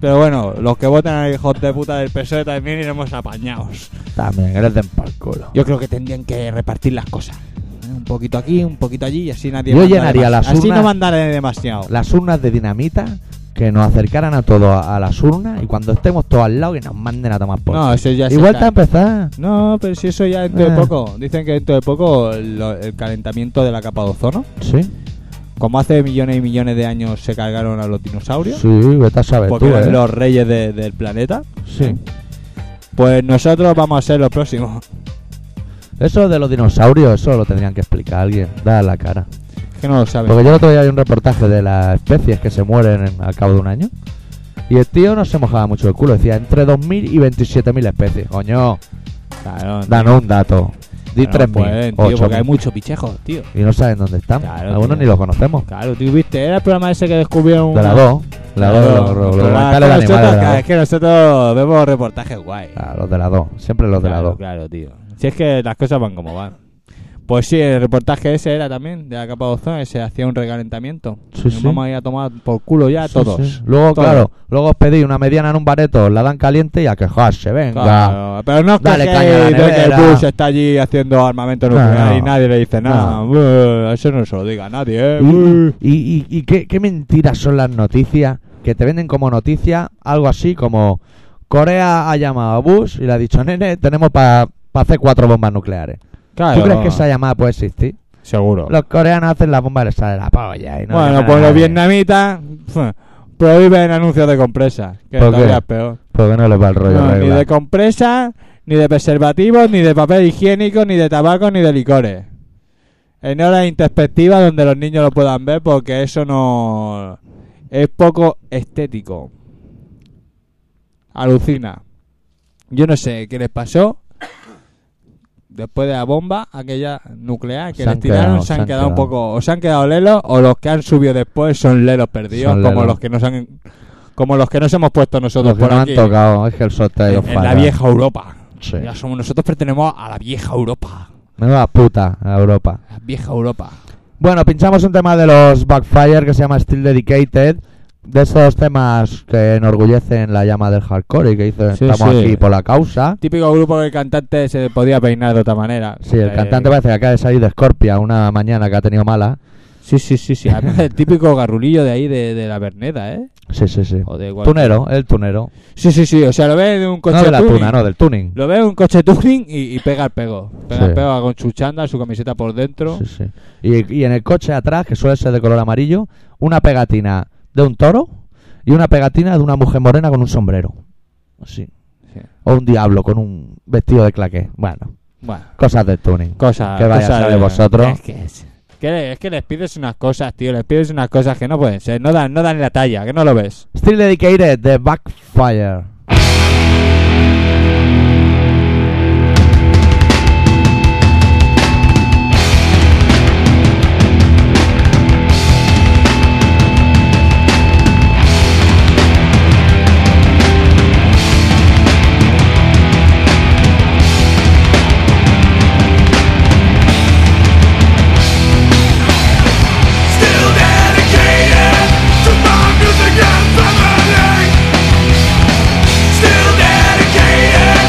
[SPEAKER 1] Pero bueno, los que votan al hijo de puta del PSOE E también iremos apañados.
[SPEAKER 2] También, eres de pa'l culo.
[SPEAKER 1] Yo creo que tendrían que repartir las cosas. ¿eh? Un poquito aquí, un poquito allí y así nadie
[SPEAKER 2] Yo
[SPEAKER 1] manda
[SPEAKER 2] llenaría
[SPEAKER 1] demasi-
[SPEAKER 2] las
[SPEAKER 1] Así
[SPEAKER 2] urnas-
[SPEAKER 1] no mandaré demasiado.
[SPEAKER 2] Las urnas de dinamita que nos acercaran a todos a, a las urnas y cuando estemos todos al lado que nos manden a tomar por.
[SPEAKER 1] No, eso ya se
[SPEAKER 2] Igual
[SPEAKER 1] está-
[SPEAKER 2] está empezar.
[SPEAKER 1] No, pero si eso ya dentro
[SPEAKER 2] Ah.
[SPEAKER 1] de poco. Dicen que dentro de poco lo- el calentamiento de la capa de ozono.
[SPEAKER 2] Sí.
[SPEAKER 1] Como hace millones y millones de años se cargaron a los dinosaurios,
[SPEAKER 2] Sí, vete a saber
[SPEAKER 1] porque
[SPEAKER 2] tú,
[SPEAKER 1] eran
[SPEAKER 2] ¿eh?
[SPEAKER 1] los reyes de- del planeta,
[SPEAKER 2] Sí.
[SPEAKER 1] pues nosotros vamos a ser los próximos. (laughs)
[SPEAKER 2] Eso de los dinosaurios, eso lo tendrían que explicar alguien. Da la cara.
[SPEAKER 1] Que no lo saben.
[SPEAKER 2] Porque yo el otro día vi un reportaje de las especies que se mueren en- al cabo de un año. Y el tío no se mojaba mucho el culo. Decía entre 2.000 y 27.0il especies. Coño,
[SPEAKER 1] Claro, tío.
[SPEAKER 2] danos un dato. Di
[SPEAKER 1] Claro,
[SPEAKER 2] 3.000.
[SPEAKER 1] pueden, pues, tío, porque hay
[SPEAKER 2] 8.000.
[SPEAKER 1] muchos pichejos, tío.
[SPEAKER 2] Y no saben dónde están.
[SPEAKER 1] Claro,
[SPEAKER 2] Algunos
[SPEAKER 1] tío.
[SPEAKER 2] ni los conocemos.
[SPEAKER 1] Claro, tú viste, era el programa ese que descubrieron.
[SPEAKER 2] De la 2. La 2
[SPEAKER 1] Claro,
[SPEAKER 2] los,
[SPEAKER 1] claro,
[SPEAKER 2] los, documentales de
[SPEAKER 1] es que
[SPEAKER 2] animales de
[SPEAKER 1] nosotros-
[SPEAKER 2] la
[SPEAKER 1] Es que nosotros vemos reportajes guay.
[SPEAKER 2] 2. los de la 2. Siempre los de la
[SPEAKER 1] Claro,
[SPEAKER 2] 2.
[SPEAKER 1] Claro, tío. Si es que las cosas van como van. Pues sí, el reportaje ese era también de la capa de ozono, que se hacía un recalentamiento.
[SPEAKER 2] Sí,
[SPEAKER 1] Nos
[SPEAKER 2] sí.
[SPEAKER 1] vamos a ir a tomar por culo ya
[SPEAKER 2] Sí,
[SPEAKER 1] todos.
[SPEAKER 2] sí. Luego,
[SPEAKER 1] Todos.
[SPEAKER 2] claro, luego os pedí una mediana en un bareto, la dan caliente y a quejarse, venga.
[SPEAKER 1] Claro, pero no es
[SPEAKER 2] Dale
[SPEAKER 1] que,
[SPEAKER 2] caña a la
[SPEAKER 1] de que
[SPEAKER 2] nevera.
[SPEAKER 1] Bush está allí haciendo armamento
[SPEAKER 2] No,
[SPEAKER 1] nuclear
[SPEAKER 2] no.
[SPEAKER 1] y nadie le dice nada.
[SPEAKER 2] No.
[SPEAKER 1] Buh, eso no se lo diga a nadie, eh.
[SPEAKER 2] ¿Y,
[SPEAKER 1] Buh.
[SPEAKER 2] y, y- y qué, qué mentiras son las noticias? Que te venden como noticia algo así como Corea ha llamado a Bush y le ha dicho, nene, tenemos para hacer cuatro bombas nucleares.
[SPEAKER 1] Claro,
[SPEAKER 2] ¿Tú crees que esa llamada puede existir?
[SPEAKER 1] Seguro.
[SPEAKER 2] Los coreanos hacen la bomba y les sale la polla. y no llaman
[SPEAKER 1] bueno,
[SPEAKER 2] a
[SPEAKER 1] pues los
[SPEAKER 2] nadie.
[SPEAKER 1] vietnamitas pf, prohíben anuncios de compresa, que
[SPEAKER 2] ¿Por qué?
[SPEAKER 1] todavía es peor.
[SPEAKER 2] Porque no les va el rollo
[SPEAKER 1] No, ni
[SPEAKER 2] regla.
[SPEAKER 1] de compresa, ni de preservativos, ni de papel higiénico, ni de tabaco, ni de licores. En horas introspectivas donde los niños lo puedan ver porque eso no... Es poco estético. Alucina. Yo no sé qué les pasó después de la bomba aquella nuclear que
[SPEAKER 2] Se han
[SPEAKER 1] les tiraron.
[SPEAKER 2] quedado,
[SPEAKER 1] se han quedado, un poco... O se han quedado lelos o los que han subido después son lelos perdidos
[SPEAKER 2] Son
[SPEAKER 1] como
[SPEAKER 2] lelos.
[SPEAKER 1] los que nos han... Como los que nos hemos puesto nosotros
[SPEAKER 2] Los que
[SPEAKER 1] por
[SPEAKER 2] no han
[SPEAKER 1] aquí
[SPEAKER 2] tocado, es que el sol te ha ido
[SPEAKER 1] en, en la
[SPEAKER 2] fatal.
[SPEAKER 1] vieja Europa.
[SPEAKER 2] Sí.
[SPEAKER 1] Ya somos, nosotros pertenecemos a la vieja Europa.
[SPEAKER 2] Menuda puta a Europa.
[SPEAKER 1] La vieja Europa.
[SPEAKER 2] Bueno, pinchamos un tema de los Backfire que se llama Still Dedicated. De esos temas que enorgullecen la llama del hardcore y que dicen
[SPEAKER 1] Sí,
[SPEAKER 2] estamos
[SPEAKER 1] sí.
[SPEAKER 2] aquí por la causa.
[SPEAKER 1] Típico grupo que el cantante se podía peinar de otra manera.
[SPEAKER 2] Sí, el
[SPEAKER 1] Eh,
[SPEAKER 2] cantante parece que acaba de salir de Scorpia una mañana que ha tenido mala.
[SPEAKER 1] Sí, sí, sí,
[SPEAKER 2] (laughs)
[SPEAKER 1] sí. Además, el típico garrulillo de ahí, de, de la Berneda, ¿eh?
[SPEAKER 2] Sí, sí, sí.
[SPEAKER 1] O de cualquier-
[SPEAKER 2] Tunero, el tunero.
[SPEAKER 1] Sí, sí, sí. O sea, lo ves en un coche
[SPEAKER 2] No de la
[SPEAKER 1] tuning.
[SPEAKER 2] tuna, no, del tuning.
[SPEAKER 1] Lo ves en un coche tuning y, y pega el pego. Pega
[SPEAKER 2] Sí.
[SPEAKER 1] el pego con su chándal, su camiseta por dentro.
[SPEAKER 2] Sí, sí. Y, y en el coche atrás, que suele ser de color amarillo, una pegatina de un toro y una pegatina de una mujer morena con un sombrero. Así.
[SPEAKER 1] Sí.
[SPEAKER 2] O un diablo con un vestido de claqué. Bueno,
[SPEAKER 1] Bueno,
[SPEAKER 2] cosas del tuning.
[SPEAKER 1] cosas.
[SPEAKER 2] Que vaya a
[SPEAKER 1] cosas
[SPEAKER 2] saber vosotros.
[SPEAKER 1] Es que, es, que- es que les pides unas cosas, tío. Les pides unas cosas que no pueden ser. No dan, no dan la talla, que no lo ves.
[SPEAKER 2] Still Dedicated de Backfire.
[SPEAKER 4] Still dedicated to my music and family. Still dedicated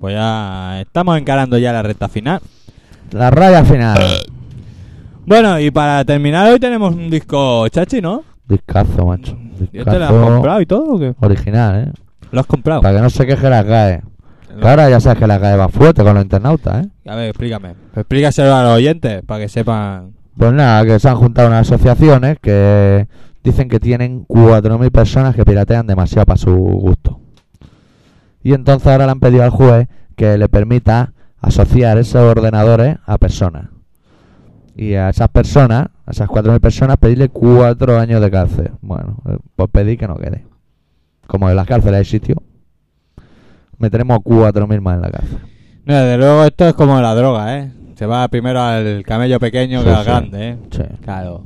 [SPEAKER 1] pues Estamos encarando ya la recta final.
[SPEAKER 2] La raya final.
[SPEAKER 1] Bueno, y para terminar hoy tenemos un disco chachi, ¿no?
[SPEAKER 2] Discazo, macho.
[SPEAKER 1] ¿Y ¿Este lo has comprado
[SPEAKER 2] Discazo
[SPEAKER 1] y todo o qué?
[SPEAKER 2] original, ¿eh?
[SPEAKER 1] Lo has comprado.
[SPEAKER 2] Para que no se queje la CAE. Que ahora ya sabes que la CAE va fuerte con los internautas, ¿eh?
[SPEAKER 1] A ver, explícame. Explícaselo a los oyentes para que sepan.
[SPEAKER 2] Pues nada, que se han juntado unas asociaciones que dicen que tienen 4.000 personas que piratean demasiado para su gusto. Y entonces ahora le han pedido al juez que le permita asociar esos ordenadores a personas. Y a esas personas, a esas 4.000 personas, pedirle 4 años de cárcel. Bueno, eh, pues pedí que no quede. Como en las cárceles hay sitio, meteremos 4.000 más en la cárcel.
[SPEAKER 1] No, desde luego esto es como la droga, ¿eh? Se va primero al camello pequeño que
[SPEAKER 2] Sí,
[SPEAKER 1] al
[SPEAKER 2] sí.
[SPEAKER 1] grande, ¿eh?
[SPEAKER 2] Sí.
[SPEAKER 1] Claro.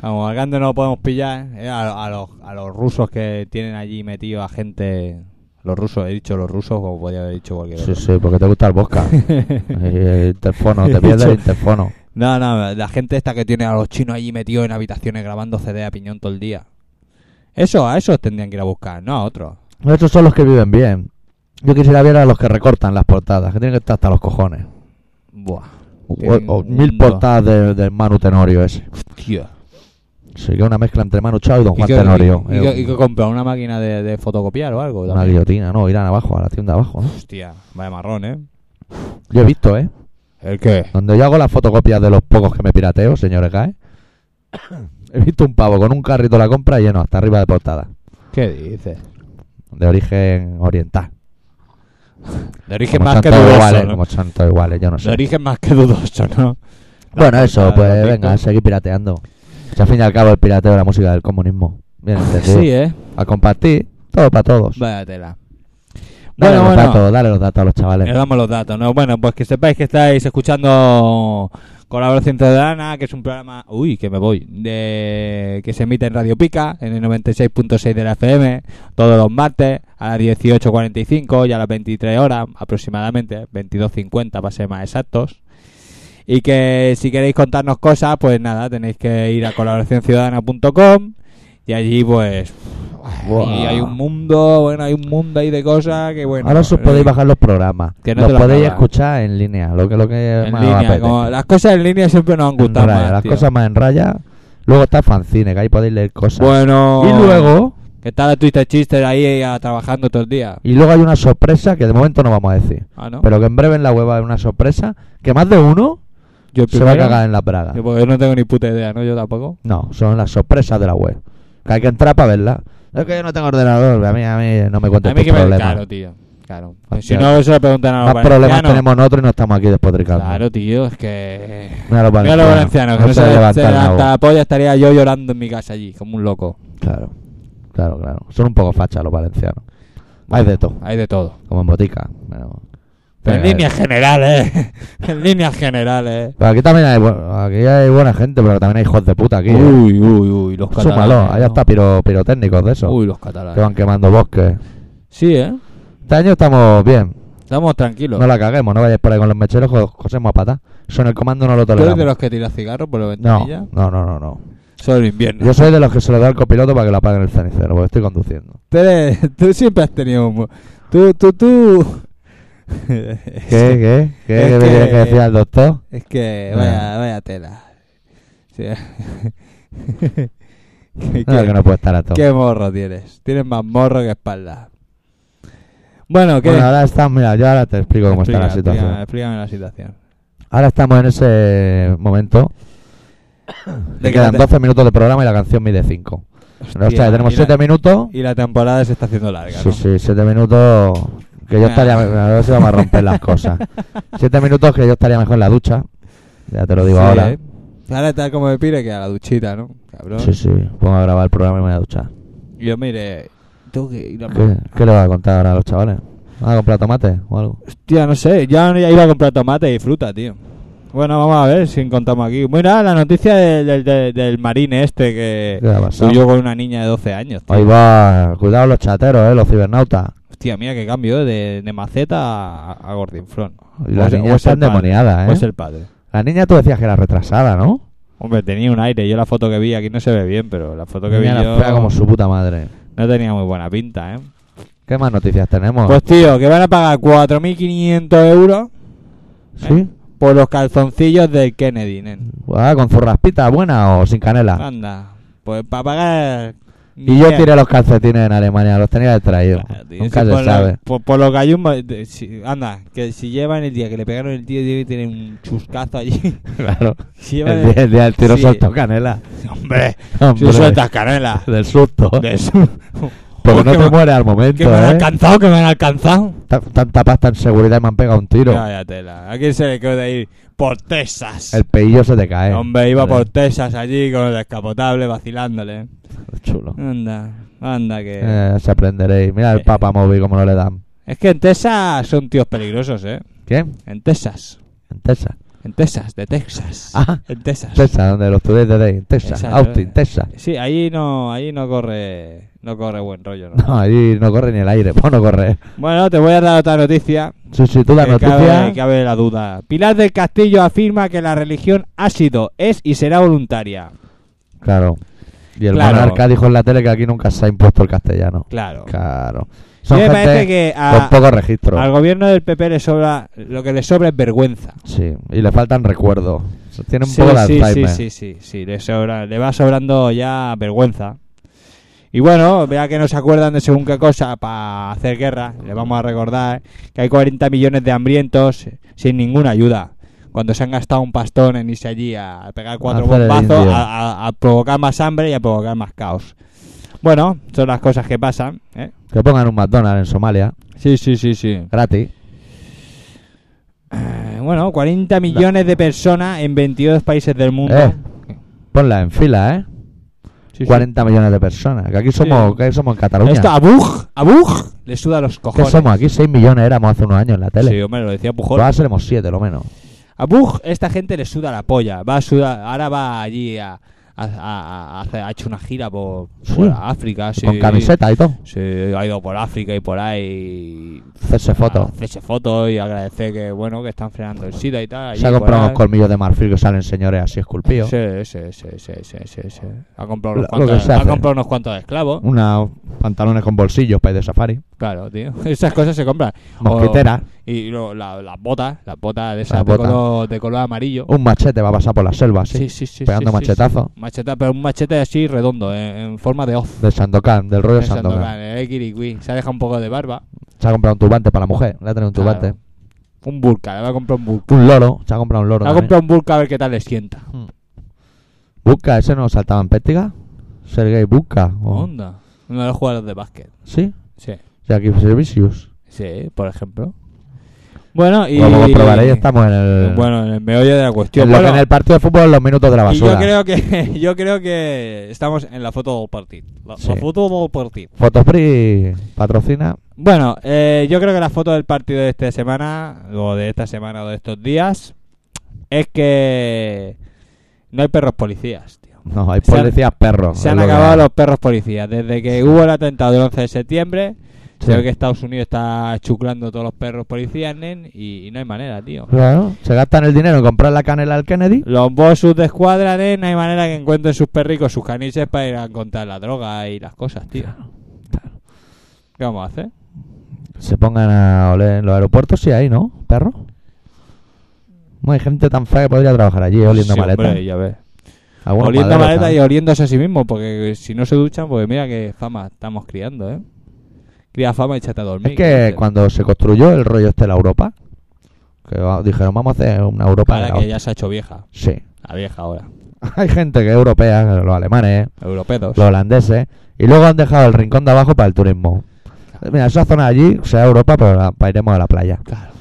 [SPEAKER 1] Como al grande no lo podemos pillar, ¿eh? a, a los, a los rusos que tienen allí metido a gente... Los rusos, he dicho los rusos como podía haber dicho cualquier
[SPEAKER 2] Sí,
[SPEAKER 1] otro.
[SPEAKER 2] sí, porque te gusta el bosca.
[SPEAKER 1] (laughs)
[SPEAKER 2] el Eh, (laughs) interfono, te pierdes el interfono.
[SPEAKER 1] No, no, la gente esta que tiene a los chinos allí metidos en habitaciones grabando CD a piñón todo el día. Eso, a esos tendrían que ir a buscar, no a otros.
[SPEAKER 2] Estos son los que viven bien. Yo quisiera ver a los que recortan las portadas, que tienen que estar hasta los cojones.
[SPEAKER 1] Buah,
[SPEAKER 2] O,
[SPEAKER 1] Tienen
[SPEAKER 2] o
[SPEAKER 1] un
[SPEAKER 2] oh, mil
[SPEAKER 1] mundo.
[SPEAKER 2] portadas de- del Manu Tenorio ese.
[SPEAKER 1] hostia.
[SPEAKER 2] Sí, que es una mezcla entre Manu Chao y Don
[SPEAKER 1] ¿Y
[SPEAKER 2] Juan
[SPEAKER 1] qué-
[SPEAKER 2] Tenorio.
[SPEAKER 1] y- y qué-
[SPEAKER 2] Eh,
[SPEAKER 1] y qué comprar? ¿Una máquina de, de fotocopiar o algo?
[SPEAKER 2] una
[SPEAKER 1] también?
[SPEAKER 2] guillotina, no, irán abajo, a la tienda abajo. ¿no?
[SPEAKER 1] Hostia, vaya marrón, ¿eh?
[SPEAKER 2] Yo he visto, ¿eh?
[SPEAKER 1] ¿El qué?
[SPEAKER 2] Donde yo hago las fotocopias de los pocos que me pirateo, señores GAE, (coughs) he visto un pavo con un carrito a la compra lleno hasta arriba de portadas,
[SPEAKER 1] ¿Qué dices?
[SPEAKER 2] de origen oriental.
[SPEAKER 1] De origen
[SPEAKER 2] como
[SPEAKER 1] más
[SPEAKER 2] son
[SPEAKER 1] que
[SPEAKER 2] todos
[SPEAKER 1] dudoso,
[SPEAKER 2] iguales,
[SPEAKER 1] ¿no?
[SPEAKER 2] como son todos iguales, yo no sé.
[SPEAKER 1] De origen más que dudoso, ¿no?
[SPEAKER 2] Bueno,
[SPEAKER 1] La
[SPEAKER 2] eso,
[SPEAKER 1] portada
[SPEAKER 2] pues
[SPEAKER 1] de los
[SPEAKER 2] venga,
[SPEAKER 1] Beatles.
[SPEAKER 2] seguir pirateando. Si al fin y al cabo el pirateo es la música del comunismo. Bien entendido.
[SPEAKER 1] Sí, ¿eh?
[SPEAKER 2] A compartir, todo para todos.
[SPEAKER 1] Vaya tela. Bueno,
[SPEAKER 2] Dale los
[SPEAKER 1] bueno.
[SPEAKER 2] datos, dale los datos a los chavales.
[SPEAKER 1] Le damos los datos, ¿no? Bueno, pues que sepáis que estáis escuchando Colaboración Ciudadana, que es un programa... Uy, que me voy. De... Que se emite en Radio Pica, en el 96.6 de la FM, todos los martes a las 18.45 y a las 23 horas aproximadamente, 22.50 para ser más exactos. Y que si queréis contarnos cosas, pues nada, tenéis que ir a colaboracionciudadana.com y allí pues...
[SPEAKER 2] Buah.
[SPEAKER 1] Y hay un mundo, bueno, hay un mundo ahí de cosas que bueno...
[SPEAKER 2] Ahora os
[SPEAKER 1] eh,
[SPEAKER 2] podéis bajar los programas.
[SPEAKER 1] que no
[SPEAKER 2] los
[SPEAKER 1] te los
[SPEAKER 2] podéis
[SPEAKER 1] acabas.
[SPEAKER 2] escuchar en línea, lo que, lo que
[SPEAKER 1] en
[SPEAKER 2] más os
[SPEAKER 1] línea,
[SPEAKER 2] apetezca.
[SPEAKER 1] como- las cosas en línea siempre nos han
[SPEAKER 2] En
[SPEAKER 1] gustado
[SPEAKER 2] raya,
[SPEAKER 1] más,
[SPEAKER 2] las
[SPEAKER 1] tío.
[SPEAKER 2] cosas más en raya. Luego está el fanzine, que ahí podéis leer cosas.
[SPEAKER 1] bueno
[SPEAKER 2] y luego
[SPEAKER 1] que está la Twitter Chister ahí eh, trabajando todo el día
[SPEAKER 2] y luego hay una sorpresa que de momento no vamos a decir.
[SPEAKER 1] ah no
[SPEAKER 2] Pero que en breve en la web hay una sorpresa que más de uno
[SPEAKER 1] yo el
[SPEAKER 2] se va a
[SPEAKER 1] primero,
[SPEAKER 2] cagar en la praga.
[SPEAKER 1] yo, porque yo no tengo ni puta idea no yo tampoco
[SPEAKER 2] No, son las sorpresas de la web. Que hay que entrar para verla. Es que yo no tengo ordenador, a mí, a mí no me
[SPEAKER 1] a
[SPEAKER 2] cuentes
[SPEAKER 1] mí
[SPEAKER 2] tus
[SPEAKER 1] que me
[SPEAKER 2] problemas.
[SPEAKER 1] claro tío claro Pues,
[SPEAKER 2] Hostia.
[SPEAKER 1] si no eso le preguntan a los
[SPEAKER 2] Más problemas
[SPEAKER 1] valencianos.
[SPEAKER 2] tenemos nosotros y no estamos aquí despotricando.
[SPEAKER 1] claro tío es que
[SPEAKER 2] Mira los
[SPEAKER 1] Mira los valencianos,
[SPEAKER 2] valencianos,
[SPEAKER 1] que
[SPEAKER 2] no
[SPEAKER 1] no
[SPEAKER 2] se
[SPEAKER 1] se, se
[SPEAKER 2] levantan la
[SPEAKER 1] levanta
[SPEAKER 2] voz.
[SPEAKER 1] la polla, estaría yo llorando en mi casa allí, como un loco.
[SPEAKER 2] Claro, claro, claro. Son un poco fachas los valencianos. Hay de todo,
[SPEAKER 1] Hay de todo.
[SPEAKER 2] como en botica. Pero,
[SPEAKER 1] En
[SPEAKER 2] pero-
[SPEAKER 1] líneas generales, (laughs) en líneas generales.
[SPEAKER 2] pero aquí también hay, bu- aquí hay buena gente, pero también hay hijos de puta aquí. ¿eh?
[SPEAKER 1] Uy, uy, uy, los catalanes.
[SPEAKER 2] Súmalo, allá
[SPEAKER 1] ¿no?
[SPEAKER 2] está piro, pirotécnicos de eso.
[SPEAKER 1] Uy, los
[SPEAKER 2] que
[SPEAKER 1] catalanes.
[SPEAKER 2] van quemando bosques.
[SPEAKER 1] Sí, ¿eh?
[SPEAKER 2] Este año estamos bien.
[SPEAKER 1] Estamos tranquilos.
[SPEAKER 2] No la caguemos, no vayáis por ahí con los mecheros, que os cosemos a patas. Eso en el comando no lo
[SPEAKER 1] ¿Tú eres
[SPEAKER 2] toleramos.
[SPEAKER 1] de los que tiras cigarros por la
[SPEAKER 2] No,
[SPEAKER 1] ventanilla?
[SPEAKER 2] no, no, no, no.
[SPEAKER 1] Solo en invierno.
[SPEAKER 2] Yo soy de los que se lo da al copiloto para que lo apaguen el cenicero, porque estoy conduciendo.
[SPEAKER 1] Tú, eres- tú siempre has tenido... un- Tú, tú, tú... (laughs)
[SPEAKER 2] ¿Qué, qué? ¿Qué,
[SPEAKER 1] Es
[SPEAKER 2] ¿Qué me
[SPEAKER 1] que-
[SPEAKER 2] tienes que decir al doctor?
[SPEAKER 1] Es que
[SPEAKER 2] Ah.
[SPEAKER 1] vaya, vaya tela.
[SPEAKER 2] (laughs)
[SPEAKER 1] Sí. ¿Qué,
[SPEAKER 2] No, que no puede estar a todo.
[SPEAKER 1] qué morro tienes? Tienes más morro que espalda. Bueno, ¿qué?
[SPEAKER 2] Bueno, ahora estás, mira, yo ahora te explico cómo está la
[SPEAKER 1] Explica,
[SPEAKER 2] situación.
[SPEAKER 1] explícame, explícame la situación.
[SPEAKER 2] Ahora estamos en ese momento.
[SPEAKER 1] que
[SPEAKER 2] Le quedan
[SPEAKER 1] te-
[SPEAKER 2] 12 minutos de programa y la canción mide 5. O sea,
[SPEAKER 1] Hostia,
[SPEAKER 2] tenemos
[SPEAKER 1] y la-
[SPEAKER 2] 7 minutos.
[SPEAKER 1] Y la temporada se está haciendo larga,
[SPEAKER 2] Sí,
[SPEAKER 1] ¿no?
[SPEAKER 2] sí, 7 minutos que yo
[SPEAKER 1] Ah.
[SPEAKER 2] estaría... Ahora se vamos a
[SPEAKER 1] (laughs)
[SPEAKER 2] romper las cosas. 7 minutos que yo estaría mejor en la ducha. Ya te lo digo
[SPEAKER 1] Sí,
[SPEAKER 2] ahora.
[SPEAKER 1] ¿eh? Ahora está como de pire que a la duchita, ¿no? Cabrón.
[SPEAKER 2] Sí, sí. Pongo a grabar el programa y me voy a duchar.
[SPEAKER 1] Yo mire, tengo que ir a...
[SPEAKER 2] ¿Qué, qué le vas a contar ahora a los chavales? ¿Van a comprar tomate o algo?
[SPEAKER 1] Hostia, no sé, ya, ya iba a comprar tomate y fruta, tío. Bueno, vamos a ver si encontramos aquí. Mira, la noticia del, del, del- del marine este
[SPEAKER 2] ¿Qué
[SPEAKER 1] que
[SPEAKER 2] le ha pasado?
[SPEAKER 1] subió con una niña de 12 años. tío.
[SPEAKER 2] Ahí va, cuidado los chateros, eh, los cibernautas.
[SPEAKER 1] Hostia, mira qué cambio ¿eh? de, de maceta a, a gordinflón.
[SPEAKER 2] Y la
[SPEAKER 1] O sea,
[SPEAKER 2] niña
[SPEAKER 1] o es
[SPEAKER 2] está
[SPEAKER 1] el padre,
[SPEAKER 2] endemoniada,
[SPEAKER 1] o
[SPEAKER 2] eh.
[SPEAKER 1] es el padre.
[SPEAKER 2] La niña tú decías que era retrasada, ¿no?
[SPEAKER 1] Hombre, tenía un aire. Yo la foto que vi, aquí no se ve bien, pero la foto que
[SPEAKER 2] Niña
[SPEAKER 1] vi
[SPEAKER 2] era
[SPEAKER 1] yo
[SPEAKER 2] fea como su puta madre.
[SPEAKER 1] no tenía muy buena pinta, ¿eh?
[SPEAKER 2] ¿Qué más noticias tenemos?
[SPEAKER 1] Pues tío, que van a pagar 4.500 euros
[SPEAKER 2] sí.
[SPEAKER 1] ¿Eh? por los calzoncillos del Kennedy, nen.
[SPEAKER 2] Ah, ¿Con zurraspita buena o sin
[SPEAKER 1] Ah,
[SPEAKER 2] canela?
[SPEAKER 1] Anda, pues para pagar...
[SPEAKER 2] Y yo tiré los calcetines en Alemania, los tenía distraídos.
[SPEAKER 1] Claro, Ah, tío,
[SPEAKER 2] Nunca
[SPEAKER 1] si
[SPEAKER 2] se
[SPEAKER 1] por, la-
[SPEAKER 2] sabe.
[SPEAKER 1] por, por los gallumbos. de- si- anda, que si llevan el día que le pegaron el tío, tío y tienen un chuscazo allí. (laughs)
[SPEAKER 2] Claro.
[SPEAKER 1] Si llevan
[SPEAKER 2] (laughs) El día, el día del tiro
[SPEAKER 1] sí.
[SPEAKER 2] soltó canela.
[SPEAKER 1] Hombre, si
[SPEAKER 2] Hombre,
[SPEAKER 1] sueltas
[SPEAKER 2] (laughs)
[SPEAKER 1] canela.
[SPEAKER 2] Del susto.
[SPEAKER 1] De eso.
[SPEAKER 2] Porque
[SPEAKER 1] Uy, (laughs)
[SPEAKER 2] no
[SPEAKER 1] que
[SPEAKER 2] te
[SPEAKER 1] me-
[SPEAKER 2] mueres al
[SPEAKER 1] Que
[SPEAKER 2] momento,
[SPEAKER 1] me han
[SPEAKER 2] ¿eh?
[SPEAKER 1] alcanzado, que me han alcanzado.
[SPEAKER 2] Ta- Tanta pasta en seguridad y me han pegado un tiro.
[SPEAKER 1] Vaya tela. ¿A quién se le queda ir? Por Texas.
[SPEAKER 2] El pelillo se te cae.
[SPEAKER 1] Hombre, iba por
[SPEAKER 2] Vale.
[SPEAKER 1] Texas allí con el descapotable vacilándole.
[SPEAKER 2] Chulo.
[SPEAKER 1] Anda, anda que.
[SPEAKER 2] Eh, se aprenderéis. Mira el
[SPEAKER 1] Mm. Eh.
[SPEAKER 2] Papa Móvil como no le dan.
[SPEAKER 1] Es que en Texas son tíos peligrosos, ¿eh?
[SPEAKER 2] ¿Quién?
[SPEAKER 1] En Texas.
[SPEAKER 2] En Texas.
[SPEAKER 1] En Texas, de Texas.
[SPEAKER 2] Ah.
[SPEAKER 1] En Texas.
[SPEAKER 2] Texas, donde los estudié de en Texas.
[SPEAKER 1] Exacto.
[SPEAKER 2] Austin, Texas.
[SPEAKER 1] Sí, ahí no, ahí no corre, no corre buen rollo. ¿no?
[SPEAKER 2] No, ahí no corre ni el aire. (laughs) Pues no corre.
[SPEAKER 1] Bueno, te voy a dar otra noticia.
[SPEAKER 2] Sí, sí, tú la
[SPEAKER 1] que
[SPEAKER 2] noticia.
[SPEAKER 1] cabe, cabe la duda. Pilar del Castillo afirma que la religión ha sido, es y será voluntaria.
[SPEAKER 2] Claro. Y el
[SPEAKER 1] Claro.
[SPEAKER 2] monarca dijo en la tele que aquí nunca se ha impuesto el castellano.
[SPEAKER 1] Claro.
[SPEAKER 2] Claro.
[SPEAKER 1] Sí,
[SPEAKER 2] Son
[SPEAKER 1] me parece
[SPEAKER 2] gente
[SPEAKER 1] que
[SPEAKER 2] con
[SPEAKER 1] a-
[SPEAKER 2] poco registro.
[SPEAKER 1] al gobierno del PP le sobra, lo que le sobra es vergüenza.
[SPEAKER 2] Sí, y le faltan recuerdos. O sea, Tiene un
[SPEAKER 1] Sí,
[SPEAKER 2] poco eh. de
[SPEAKER 1] sí, sí,
[SPEAKER 2] Alzheimer.
[SPEAKER 1] sí, sí, sí, le, sobra, le va sobrando ya vergüenza. Y bueno, vea que no se acuerdan de según qué cosa para hacer guerra. Le vamos a recordar que hay 40 millones de hambrientos sin ninguna ayuda. Cuando se han gastado un pastón en irse allí a pegar cuatro
[SPEAKER 2] hacer el
[SPEAKER 1] bombazos,
[SPEAKER 2] indio.
[SPEAKER 1] a, a- a provocar más hambre y a provocar más caos. Bueno, son las cosas que pasan. ¿eh?
[SPEAKER 2] Que pongan un McDonald's en Somalia,
[SPEAKER 1] Sí, sí, sí, sí.
[SPEAKER 2] gratis.
[SPEAKER 1] Eh, bueno, 40 millones de personas en 22 países del mundo.
[SPEAKER 2] Eh, ponla en fila, ¿eh?
[SPEAKER 1] Sí, sí.
[SPEAKER 2] 40 millones de personas. Que aquí somos,
[SPEAKER 1] Sí.
[SPEAKER 2] que somos en Cataluña.
[SPEAKER 1] Esto a Bug, a Bug le suda los
[SPEAKER 2] ¿Qué
[SPEAKER 1] cojones.
[SPEAKER 2] somos? Aquí 6 millones éramos hace unos años en la tele. Pues
[SPEAKER 1] Sí, hombre, lo decía Pujol.
[SPEAKER 2] Ahora seremos 7, lo menos.
[SPEAKER 1] A Bug esta gente le suda la polla. Va a sudar, ahora va allí a, a, a- a- hacer- ha hecho una gira por, por
[SPEAKER 2] Sí.
[SPEAKER 1] África. sí.
[SPEAKER 2] Con camiseta y todo.
[SPEAKER 1] Sí, ha ido por África y por ahí.
[SPEAKER 2] Hacerse
[SPEAKER 1] a
[SPEAKER 2] fotos.
[SPEAKER 1] Hacerse fotos y agradecer que, bueno, que están frenando el SIDA y tal.
[SPEAKER 2] Se ha
[SPEAKER 1] allí por
[SPEAKER 2] comprado unos
[SPEAKER 1] ahí. eh.
[SPEAKER 2] colmillos de marfil que salen señores así esculpidos.
[SPEAKER 1] Sí, sí, sí, sí, sí, sí, sí. Ha comprado unos
[SPEAKER 2] Lo- lo que
[SPEAKER 1] cuantos,
[SPEAKER 2] se
[SPEAKER 1] ha
[SPEAKER 2] hace. Mm.
[SPEAKER 1] comprado unos cuantos esclavos.
[SPEAKER 2] Unos pantalones con bolsillos para ir de safari.
[SPEAKER 1] Claro, tío. (laughs) Esas cosas se compran.
[SPEAKER 2] Mosquitera.
[SPEAKER 1] O- y lo- la- las botas, las botas de esas
[SPEAKER 2] Las
[SPEAKER 1] de,
[SPEAKER 2] botas.
[SPEAKER 1] Color, de color amarillo.
[SPEAKER 2] Un machete va a pasar por la selva así.
[SPEAKER 1] Oh. Sí, sí, sí.
[SPEAKER 2] pegando
[SPEAKER 1] sí, sí,
[SPEAKER 2] machetazos.
[SPEAKER 1] sí. Macheta- pero un machete así redondo, en, en forma de hoz.
[SPEAKER 2] Del Sandokan, del rollo
[SPEAKER 1] En eh,
[SPEAKER 2] Sandokan.
[SPEAKER 1] Sandokan, el kirigüí. Se ha dejado un poco de barba.
[SPEAKER 2] Se ha comprado un turbante para la mujer. Le ha traído un
[SPEAKER 1] Claro.
[SPEAKER 2] turbante.
[SPEAKER 1] Un burka, le va a comprar un burka.
[SPEAKER 2] Un loro. Se ha comprado un loro.
[SPEAKER 1] Le va a
[SPEAKER 2] también.
[SPEAKER 1] comprar un burka a ver qué tal le sienta.
[SPEAKER 2] Busca, ese no saltaba en Pértiga. Sergei Busca. o-
[SPEAKER 1] Onda. Uno de los jugadores de básquet.
[SPEAKER 2] Sí.
[SPEAKER 1] Sí.
[SPEAKER 2] Jackie Servicius.
[SPEAKER 1] Sí, por ejemplo. Bueno, y.
[SPEAKER 2] Como comprobaréis, estamos en el.
[SPEAKER 1] Bueno, en el meollo de la cuestión.
[SPEAKER 2] en lo que
[SPEAKER 1] Bueno,
[SPEAKER 2] en el partido de fútbol, los minutos de la
[SPEAKER 1] Y yo
[SPEAKER 2] basura.
[SPEAKER 1] creo que (laughs) yo creo que estamos en la foto del partido. La, la
[SPEAKER 2] Sí.
[SPEAKER 1] foto del partido.
[SPEAKER 2] Fotospree patrocina.
[SPEAKER 1] Bueno, eh, yo creo que la foto del partido de esta semana, o de esta semana o de estos días, es que no hay perros policías, tío.
[SPEAKER 2] No, hay
[SPEAKER 1] Se han-
[SPEAKER 2] policías perros.
[SPEAKER 1] Se
[SPEAKER 2] es
[SPEAKER 1] han
[SPEAKER 2] lo que
[SPEAKER 1] acabado
[SPEAKER 2] hay.
[SPEAKER 1] los perros policías. Desde que hubo el atentado del 11 de septiembre,
[SPEAKER 2] Sí.
[SPEAKER 1] se ve que Estados Unidos está chuclando todos los perros policías, nen, y, y no hay manera, tío.
[SPEAKER 2] Claro, se gastan el dinero en comprar la canela al Kennedy.
[SPEAKER 1] Los bossus de escuadra, nen, no hay manera que encuentren sus perricos, sus caniches para ir a encontrar la droga y las cosas, tío. ¿Qué vamos a hacer?
[SPEAKER 2] Se pongan a oler en los aeropuertos, sí hay, ¿no? Perro. No hay gente tan fea que podría trabajar allí oliendo
[SPEAKER 1] Sí,
[SPEAKER 2] maleta. eh.
[SPEAKER 1] hombre, ya ves.
[SPEAKER 2] Algunos
[SPEAKER 1] oliendo
[SPEAKER 2] maderos,
[SPEAKER 1] maleta y
[SPEAKER 2] ¿sabes?
[SPEAKER 1] oliéndose a sí mismo, porque si no se duchan, pues mira que fama estamos criando, ¿eh? Cría fama y échate a dormir.
[SPEAKER 2] Es que cuando se construyó el rollo este de la Europa, que va- dijeron, vamos a hacer una Europa. de
[SPEAKER 1] Ahora
[SPEAKER 2] la
[SPEAKER 1] que
[SPEAKER 2] hostia".
[SPEAKER 1] ya se ha hecho vieja.
[SPEAKER 2] Sí.
[SPEAKER 1] La vieja ahora.
[SPEAKER 2] (laughs) Hay gente que es europea, los alemanes,
[SPEAKER 1] Europedos.
[SPEAKER 2] los holandeses, y luego han dejado el rincón de abajo para el turismo. Mira, esa zona allí, sea Europa, pero la- pa- iremos a la playa.
[SPEAKER 1] Claro.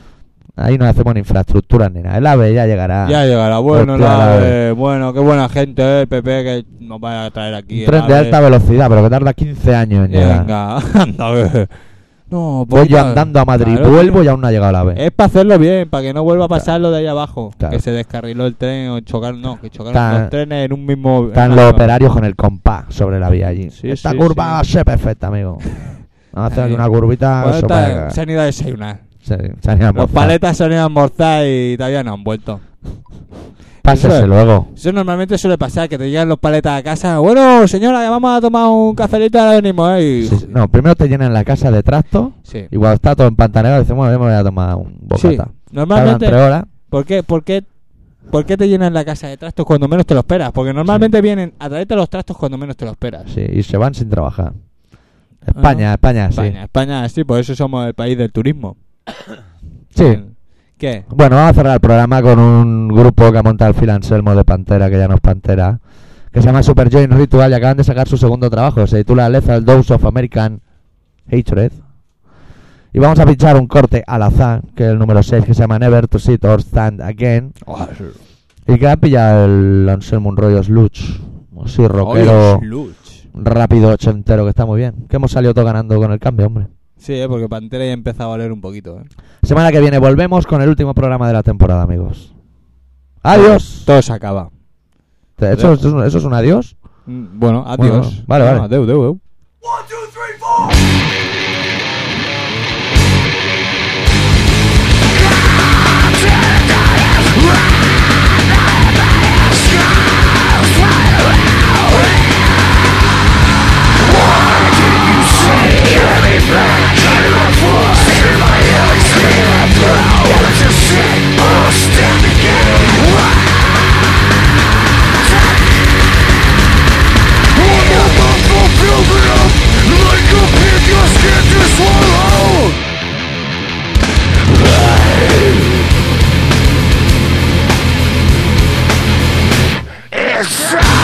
[SPEAKER 2] Ahí no hacemos ni infraestructura ni nada. El AVE ya llegará.
[SPEAKER 1] Ya llegará. Bueno,
[SPEAKER 2] Hostia,
[SPEAKER 1] la
[SPEAKER 2] la
[SPEAKER 1] de- bueno, qué buena gente, ¿eh? El PP que nos va a traer aquí.
[SPEAKER 2] un
[SPEAKER 1] el
[SPEAKER 2] tren de
[SPEAKER 1] AVE. Eh,
[SPEAKER 2] alta velocidad, pero que tarda 15 años en llegar.
[SPEAKER 1] Venga, (laughs) anda, ve. No,
[SPEAKER 2] Voy yo
[SPEAKER 1] poquito-
[SPEAKER 2] andando a Madrid,
[SPEAKER 1] Claro, Eh,
[SPEAKER 2] vuelvo
[SPEAKER 1] tío.
[SPEAKER 2] y aún no ha llegado el AVE.
[SPEAKER 1] Es para hacerlo bien, para que no vuelva a pasar lo de ahí abajo.
[SPEAKER 2] Claro.
[SPEAKER 1] Que se descarriló el tren o chocaron, no, que chocaron
[SPEAKER 2] Tan-
[SPEAKER 1] los trenes en un mismo.
[SPEAKER 2] Están
[SPEAKER 1] en
[SPEAKER 2] los
[SPEAKER 1] una-
[SPEAKER 2] operarios con el compás sobre la vía allí.
[SPEAKER 1] Sí,
[SPEAKER 2] Esta
[SPEAKER 1] sí,
[SPEAKER 2] curva va a
[SPEAKER 1] sí.
[SPEAKER 2] ser
[SPEAKER 1] (laughs)
[SPEAKER 2] perfecta, amigo. Vamos a hacer aquí
[SPEAKER 1] Sí.
[SPEAKER 2] una curvita.
[SPEAKER 1] Bueno,
[SPEAKER 2] eso
[SPEAKER 1] está-
[SPEAKER 2] para que-
[SPEAKER 1] Pues se han ido a desayunar.
[SPEAKER 2] se- se han ido a
[SPEAKER 1] Los
[SPEAKER 2] almorzar.
[SPEAKER 1] paletas se han ido a almorzar y todavía no han vuelto.
[SPEAKER 2] Pásese
[SPEAKER 1] Eso es.
[SPEAKER 2] luego.
[SPEAKER 1] Eso normalmente suele pasar, que te llegan los paletas a casa. Bueno, señora, que vamos a tomar un cafelito ahora venimos, ¿eh? Y-
[SPEAKER 2] Sí, sí. No, primero te llenan la casa de tracto
[SPEAKER 1] Sí.
[SPEAKER 2] y cuando está todo empantanado dices, bueno, yo me voy a tomar un bocata.
[SPEAKER 1] Sí,
[SPEAKER 2] Tardan
[SPEAKER 1] Normalmente,
[SPEAKER 2] tres horas.
[SPEAKER 1] ¿por qué, por, qué, ¿por qué te llenan la casa de trastos cuando menos te lo esperas? Porque normalmente vienen a traerte los trastos cuando menos te lo esperas.
[SPEAKER 2] Sí, y se van sin trabajar. España, España, sí.
[SPEAKER 1] Ah, España, España, sí, por eso somos el país del turismo.
[SPEAKER 2] Sí.
[SPEAKER 1] ¿Qué?
[SPEAKER 2] Bueno, vamos a cerrar el programa con un grupo que ha montado el Phil Anselmo de Pantera, que ya no es Pantera, que se llama Super Joint Ritual y acaban de sacar su segundo trabajo. Se titula Lethal Dose of American Hatred. Y vamos a pinchar un corte al azar, que es el número 6, que se llama Never to Sit or Stand Again. Y que ha pillado el Anselmo un rollo sludge, así rockero,
[SPEAKER 1] Luch.
[SPEAKER 2] rápido, ochentero, que está muy bien. Que hemos salido todo ganando con el cambio, hombre.
[SPEAKER 1] Sí, eh, porque Pantera ya empieza a valer un poquito. ¿eh?
[SPEAKER 2] Semana que viene volvemos con el último programa de la temporada, amigos. ¡Adiós!
[SPEAKER 1] Todo se acaba.
[SPEAKER 2] ¿Eso, eso es un- eso es un adiós?
[SPEAKER 1] Mm, Bueno,
[SPEAKER 2] Bueno,
[SPEAKER 1] adiós.
[SPEAKER 2] vale, vale.
[SPEAKER 1] No, adeu, adeu, adeu.
[SPEAKER 4] One, two, three, four. It's